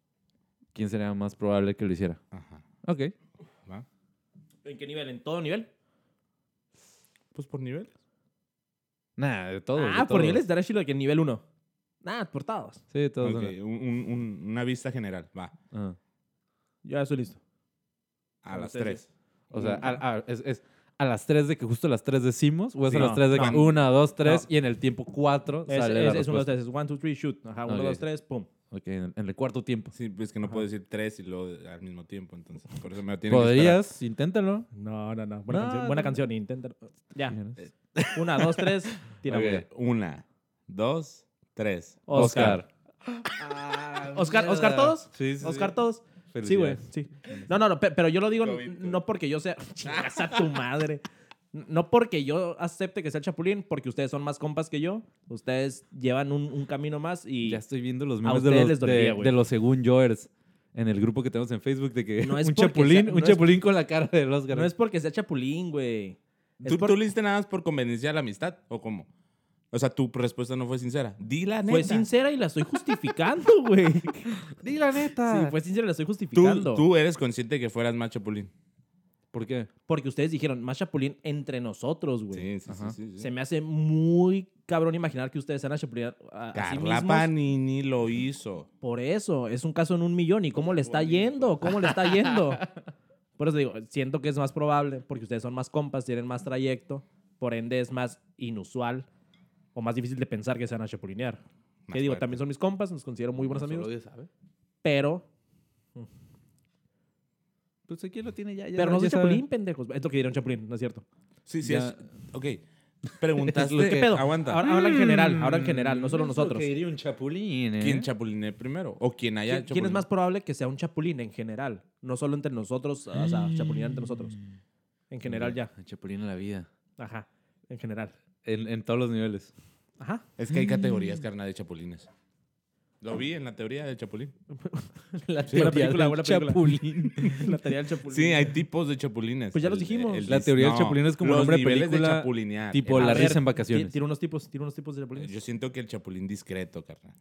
¿Quién sería más probable que lo hiciera?
Ajá.
Ok.
¿Va?
¿En qué nivel? ¿En todo nivel?
Pues por niveles.
Nada, de todos.
ah,
de
por
todos.
niveles estará chido de que en nivel 1. Nada, por todos.
Sí, todos.
Ok,
son-
un- un- un- una vista general. Va.
Ah.
Yo ya estoy listo.
A
A
las
los tres.
tres.
O sea,
Mm.
a, a- es, es a las 3 de que justo a las 3 decimos, o es
Sí.
a las 3 de que
No.
1, 2, 3 y en el tiempo 4
Es,
sale la
es, es uno, dos,
respuesta.
tres. Es one, two, three, shoot. Ajá, uno,
Ok.
dos, tres, pum.
Ok, en el, en el cuarto tiempo.
Sí, pues que no puedo decir tres y luego al mismo tiempo, entonces. Por eso me lo tienen que esperar.
Podrías, inténtalo.
No, no, no. Buena
No,
canción. Buena
no.
canción. Inténtalo. Ya.
¿Quieres?
Una, dos, tres. Tira.
Ok,
güey.
Una, dos, tres.
Oscar.
Ah,
Oscar, Oscar todos.
Sí, sí,
Oscar
sí.
todos. Sí, güey. Sí. No, no, no. pe- Pero yo lo digo
Lo
n-
vi,
no porque yo sea. Chingas a tu madre. No porque yo acepte que sea el Chapulín, porque ustedes son más compas que yo. Ustedes llevan un, un camino más y
Ya estoy viendo los memes de
ustedes
los,
les dolería,
de,
güey.
de los según Joers en el grupo que tenemos en Facebook de que
No es
un
porque
chapulín,
sea-
un
no es-
chapulín con la cara de Oscar.
no es porque sea Chapulín, güey. Es
¿Tú,
por-
tú le diste nada más por conveniencia a la amistad o cómo? O sea, tu respuesta no fue sincera. Di la neta.
Fue sincera y la estoy justificando, güey.
Di la neta.
Sí, pues. fue sincera y la estoy justificando.
Tú, tú eres consciente que fueras más chapulín.
¿Por qué?
Porque ustedes dijeron más Chapulín entre nosotros,
Sí,
güey.
sí, sí,
Ajá.
sí, sí.
Se me hace muy cabrón imaginar que ustedes eran Chapulín a, a
Carla
sí mismos.
Panini lo hizo.
Por eso, es un caso en un millón. ¿Y cómo le está yendo? ¿Cómo le está yendo? Por eso digo, siento que es más probable, porque ustedes son más compas, tienen más trayecto, por ende es más inusual o más difícil de pensar que se van a chapulinear.
Más
Que digo,
fuerte.
también son mis compas, nos considero muy buenos amigos,
¿sabe?
pero,
Pues aquí lo tiene ya.
pero no soy chapulín, pendejos. Es lo que dieron chapulín, ¿no es cierto?
Sí, sí,
Ya.
es. Ok. Preguntaste.
Es lo que-
¿Qué pedo?
Aguanta.
Ahora, ahora en general, ahora en general, no
Mm,
solo nosotros.
un chapulín, ¿eh?
¿Quién chapuliné primero? ¿O quién haya
¿eh? ¿Quién, quién es
chapulineado?
más probable que sea un chapulín en general? No solo entre nosotros, o sea,
Mm.
chapulinear entre nosotros. En general ya.
Chapulín en la vida.
Ajá, en general.
En, en todos los niveles.
Ajá.
Es que hay categorías,
Mm.
carnal, de chapulines. Lo vi en la teoría del chapulín.
La
Sí, la
teoría
película,
del
buena película.
Chapulín. la teoría del Chapulín.
Sí, hay tipos de chapulines.
Pues ya los dijimos.
La
dis-
teoría del chapulín es como
los
nombre de
niveles
película,
de chapulinear.
tipo
El-
la
A ver,
risa en vacaciones.
ti- Tira unos tipos, tira unos tipos de Chapulín.
Yo siento que el chapulín discreto, carnal.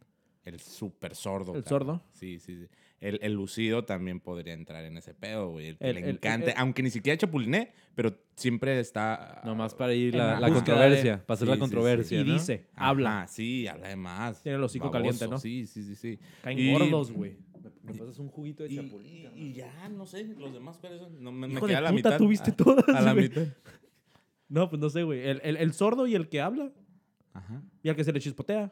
El súper sordo.
¿El
carnal.
sordo?
Sí, sí, sí. El, el lucido también podría entrar en ese pedo, güey. El que
El-
le
el- el-
encante,
el-
aunque ni siquiera chapuliné, pero siempre está... ah,
Nomás para ir
En
la,
la
la
búsqueda
controversia,
de-
para hacer la
Sí, sí, sí.
controversia.
Y
¿no?
dice,
Ajá,
habla.
Sí, habla de más.
Tiene el hocico caliente, ¿no?
Sí, sí, sí, sí.
Caen
Y-
gordos, güey.
Me pasas un juguito de
Y,
chapulín.
y- y ya, no sé, los demás, pero eso... No, me, me
Hijo
quedé
de
a la
puta,
mitad. Ah.
tú viste
a-
todas,
A la
güey.
mitad.
No, pues no sé, güey. El, el- el sordo y el que habla.
Ajá.
Y al que se le chispotea.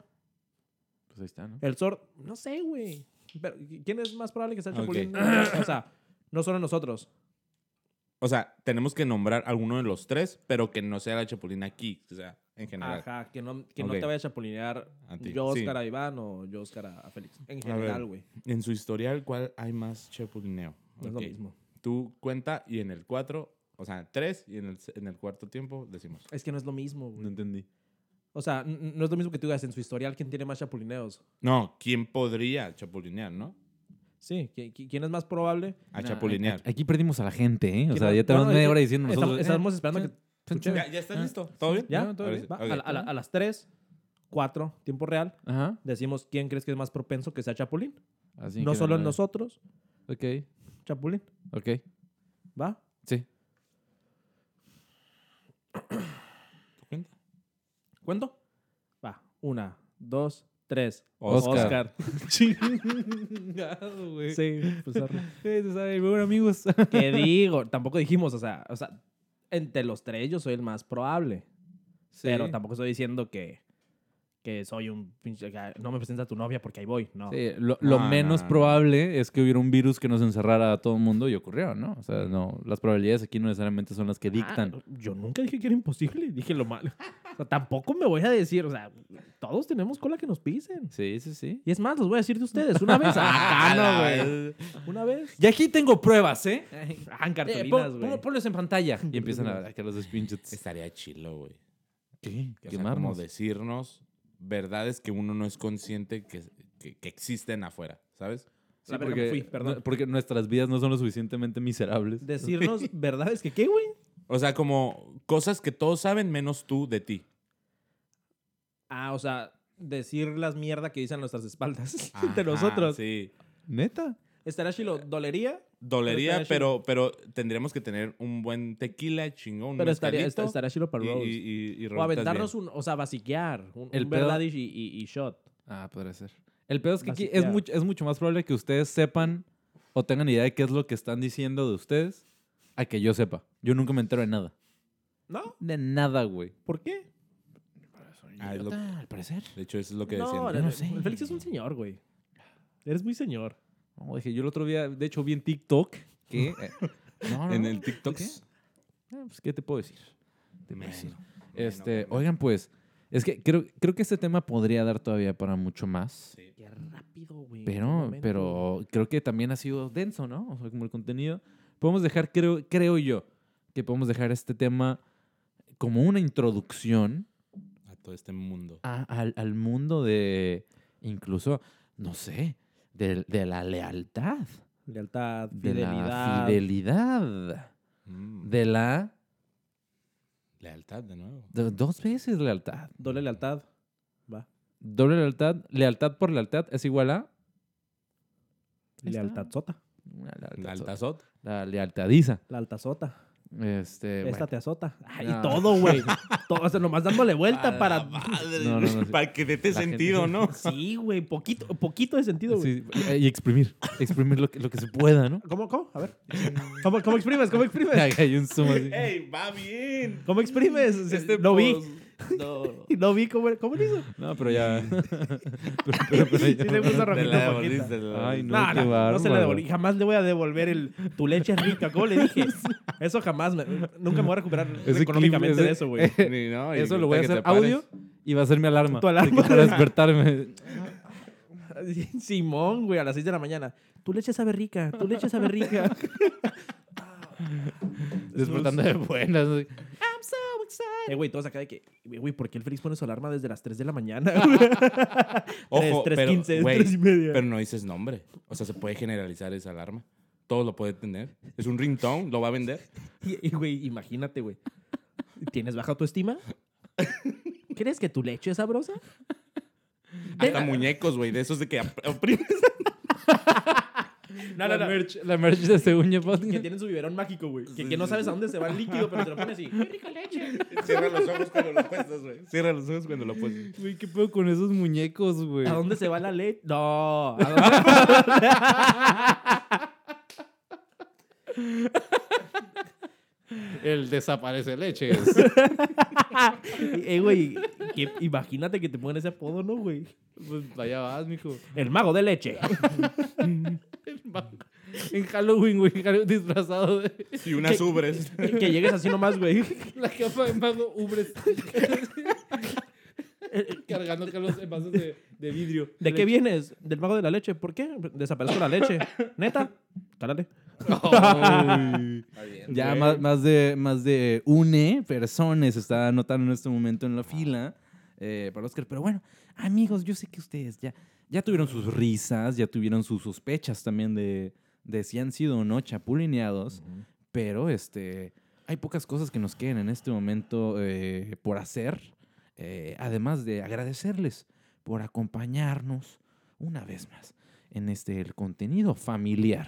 Pues ahí está, ¿no?
El sordo. No sé, güey. Pero, ¿Quién es más probable que sea el
Ah, Ok.
Chapulín? O sea, no solo nosotros.
O sea, tenemos que nombrar alguno de los tres, pero que no sea la chapulina aquí, o sea, en general.
Ajá, que no, que no
Ok.
te vaya a chapulinear
A ti,
yo,
sí.
Oscar a Iván o yo, Oscar a a Félix. En
A ver,
general, güey.
En su historial, ¿cuál hay más chapulineo?
No es lo
Ok.
mismo.
Tú cuenta y en el cuatro, o sea, tres y en el, en el cuarto tiempo decimos.
Es que no es lo mismo, güey.
No entendí.
O sea, n- n- no es lo mismo que tú digas en su historial quién tiene más chapulineos.
No, ¿quién podría chapulinear, no?
Sí, ¿qui- qui- ¿quién es más probable?
A
Nah,
chapulinear.
eh,
aquí- Aquí perdimos a la gente, ¿eh? O
¿Quién
sea,
no-
ya tenemos
no, no,
media
es-
hora diciendo
estamos-
nosotros. "Eh, pues,
estamos esperando que-
que.
Ya, ya estás listo. ¿Todo bien?
Ah. ¿Ya?
No,
Ahora eh, sí,
Va,
ok.
a, la- a la- a las 3, 4, tiempo real,
Ajá.
decimos quién crees que es más propenso que sea chapulín.
Así
no
que
solo en
nada.
nosotros,
Ok,
chapulín.
ok.
¿Va?
Sí.
¿Tú cuenta?
¿Cuento? Va. Una, dos, tres.
Oscar.
Oscar.
güey.
Sí, pues, arre.
Eso sabe, muy buen amigos.
¿Qué digo? Tampoco dijimos, o sea, o sea, entre los tres yo soy el más probable. Pero tampoco estoy diciendo que, que soy un pinche. ga- No me presenta a tu novia porque ahí voy. No.
Sí, lo, lo
No, no,
menos
no, no.
probable es que hubiera un virus que nos encerrara a todo el mundo y ocurrió, ¿no? O sea, no, las probabilidades aquí no necesariamente son las que dictan.
Ah, yo nunca dije que era imposible. Dije lo malo. O sea, tampoco me voy a decir. O sea, todos tenemos cola que nos pisen.
Sí, sí, sí.
Y es más, los voy a decir de ustedes. Una vez. Ah, no, güey. Una vez.
Y aquí tengo pruebas, ¿eh?
Ah, en
Eh,
cartulinas,
pon-
güey.
pon- ponlos en pantalla. Y empiezan a atacar los screenshots.
Estaría chilo, güey.
¿Qué?
O sea, como
Quemarnos.
decirnos verdades que uno no es consciente que, que- que existen afuera, ¿sabes?
Sí,
La verga, me fui, perdón.
no- porque nuestras vidas no son lo suficientemente miserables.
Decirnos verdades que qué, güey.
O sea, como cosas que todos saben menos tú de ti.
Ah, o sea, decir las mierdas que dicen nuestras espaldas
Ajá,
de nosotros.
Sí.
¿Neta?
Estará chilo,
Eh,
dolería,
Dolería,
Pero
pero, pero tendríamos que tener un buen tequila chingón. un
pero estaría,
mezcalito
estará chilo para
y-
Rose.
y- y- y
O
rolitas
aventarnos
bien.
un, o sea, basiquear. Un,
El
un
pedo-
verdad y, y- y shot.
Ah, podría ser. El peor es que aquí es
Basiquear.
mucho, es mucho más probable que ustedes sepan o tengan idea de qué es lo que están diciendo de ustedes a que yo sepa. Yo nunca me entero de nada.
¿No?
De nada, güey.
¿Por qué?
Ah, es lo-
al parecer.
De hecho, eso es lo que decían.
No,
Yo
no,
no sé.
el Félix es un señor, güey. Eres muy señor.
No, dije, yo el otro día, de hecho, vi en TikTok que... eh, no, no,
En
no.
el TikTok.
¿Qué? Ah, pues, ¿Qué te puedo decir? Te puedo
Bueno,
decir.
bueno,
Este,
bueno.
oigan, pues, es que creo, creo que este tema podría dar todavía para mucho más.
Sí.
Qué rápido, güey.
Pero, pero creo que también ha sido denso, ¿no? O sea, como el contenido. Podemos dejar, creo, creo yo, que podemos dejar este tema como una introducción
A todo este mundo.
a- al, al mundo de, incluso, no sé, de, de la lealtad,
Lealtad,
de la
fidelidad.
fidelidad,
Mm.
de la...
Lealtad, de nuevo.
do- dos veces lealtad.
Doble lealtad. Va.
Doble lealtad, lealtad por lealtad es igual a... Ahí está.
Lealtad sota.
Una lealtad.
Lealtazot.
La lealtadiza.
La alta sota.
Este,
Esta
bueno.
te azota. Ay,
No.
y todo, güey. todo, o sea, nomás dándole vuelta para.
No, no, no, sí.
Para que dé
La gente-
sentido, ¿no?
Sí, güey. Poquito, poquito de sentido, güey.
Sí, y exprimir, exprimir lo que, lo que se pueda, ¿no?
¿Cómo, cómo? A ver. ¿Cómo, cómo exprimes? ¿Cómo exprimes?
Hay un zoom así.
¡Ey, va bien!
¿Cómo exprimes?
Este
no vi.
pos- no.
No vi cómo, cómo lo hizo.
No, pero ya. Pero- pero- pero
Sí
ya-
le gusta
Te
Rojito
la
Poquito.
devolviste, la
Ay, No,
devolviste.
No,
qué
no, no se la
bárbaro.
devolví. Jamás le voy a devolver el tu leche es rica. ¿Cómo le dije? Eso jamás. me- nunca me voy a recuperar
clip,
económicamente
ese-
de eso, güey.
Ni- no, y
Eso lo voy a
ahorita
hacer
que te pares.
audio y va a ser mi alarma.
Tu
de
alarma.
que Para despertarme.
Simón, güey, a las 6 de la mañana. Tu leche sabe rica. Tu leche sabe rica.
Despertando de buenas. así.
Eh, güey, todos acá de que, güey, ¿por qué el Félix pone su alarma desde las 3 de la mañana? güey?
Ojo,
Tres, tres,
pero,
quince,
güey,
tres y media.
pero no dices nombre. O sea, se puede generalizar esa alarma. Todo lo puede tener. Es un ringtone, lo va a vender.
Y, y, güey, imagínate, güey. ¿Tienes baja autoestima? ¿Crees que tu leche es sabrosa?
Hasta muñecos, güey, de esos de que ap- oprimes.
No,
La merch, la merch de Seguña
Que
Podcast.
tienen su biberón mágico, güey. Que, que no sabes a dónde se va el líquido, pero te lo pones así. ¡Qué rica leche!
Cierra los ojos cuando lo puestas, güey. Cierra los ojos cuando lo puestas.
Güey, ¿qué puedo con esos muñecos, güey?
¿A dónde se va la leche? No. ¿a
El desaparece leches.
dónde- Eh, güey. que- Imagínate que te ponen ese apodo, ¿no, güey?
pues allá vas, mijo.
El mago de leche.
En Halloween, güey, Halloween disfrazado de
Y unas
¿Qué-
ubres.
Que, que llegues así nomás, güey.
la capa de mago ubres. Cargando acá los envases de, de vidrio.
¿De qué vienes? Del mago de la leche. ¿Por qué? Desapareció la leche. ¿Neta? Cálale.
Ay. ya
güey.
más, más de más de une personas está anotando en este momento en la fila eh, para Oscar. Pero bueno, amigos, yo sé que ustedes ya, ya tuvieron sus risas, ya tuvieron sus sospechas también de, de si han sido o no chapulineados. Pero este hay pocas cosas que nos queden en este momento eh, por hacer. eh, además de agradecerles por acompañarnos una vez más en este el contenido familiar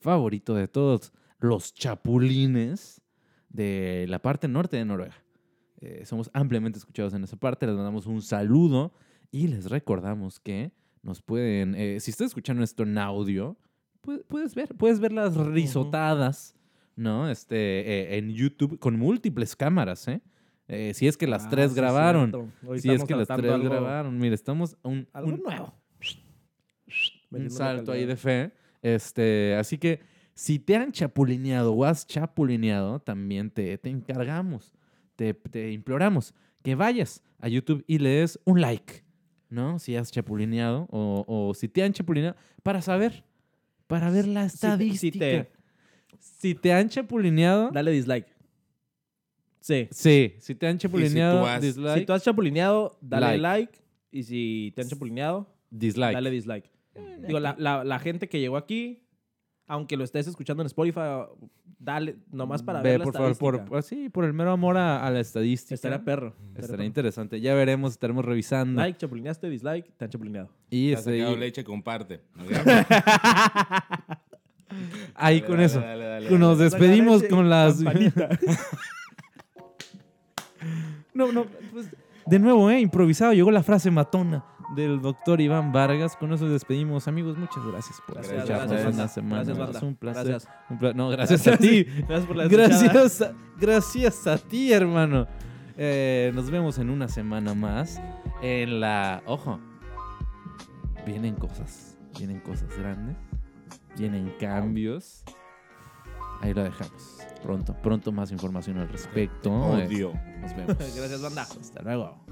favorito de todos los chapulines de la parte norte de Noruega. Eh, somos ampliamente escuchados en esa parte, les mandamos un saludo y les recordamos que nos pueden, eh, si estás escuchando esto en audio, pu- puedes ver, puedes ver las risotadas, ¿no? Este, eh, en YouTube con múltiples cámaras, ¿eh? Eh, si es que las
Ah,
tres
sí,
grabaron.
cierto. Hoy
Si es
estamos
que las
tratando
tres
algo-
grabaron. Mira, estamos a un,
Algo
un-
nuevo.
un
Metiéndole
salto ahí
calidad.
de fe. Este, así que si te han chapulineado o has chapulineado, también te, te encargamos, te, te imploramos que vayas a YouTube y le des un like, ¿no? Si has chapulineado o, o si te han chapulineado, para saber, para ver la
Si te-
estadística.
si te-
Si te han chapulineado,
Dale dislike. Sí.
sí. Si te han chapulineado,
has- si
dislike,
Si tú has chapulineado, dale
Like.
like. Y si te han chapulineado,
dislike.
dale dislike. Digo, la, la- la gente que llegó aquí, aunque lo estés escuchando en Spotify, dale, nomás para
Ve,
ver la
por favor, por,
estadística.
por- sí, por el mero amor a, a la estadística.
Estará perro.
Estará interesante. Ya veremos, estaremos revisando.
Like, chapulineaste, dislike, te han chapulineado.
Y
Has
este,
sacado
y-
leche, comparte.
ahí
Dale,
con
dale,
eso.
dale, dale,
Nos
dale.
despedimos
Saca leche,
con las.
campanita.
No, no, pues, de nuevo, eh, improvisado, llegó la frase matona del doctor Iván Vargas. Con eso nos despedimos, amigos. Muchas gracias por
Gracias,
escucharnos
gracias,
una
banda.
semana.
Gracias,
más.
banda.
un placer.
Gracias.
un pla- No, gracias a ti.
Gracias por la escuchada.
Gracias, a- gracias a ti, hermano. Eh, nos vemos en una semana más. En la. Ojo. Vienen cosas. Vienen cosas grandes. Vienen cambios. Ahí lo dejamos. Pronto, pronto más información al respecto. Eh,
Odio.
nos vemos.
Gracias, banda.
Hasta luego.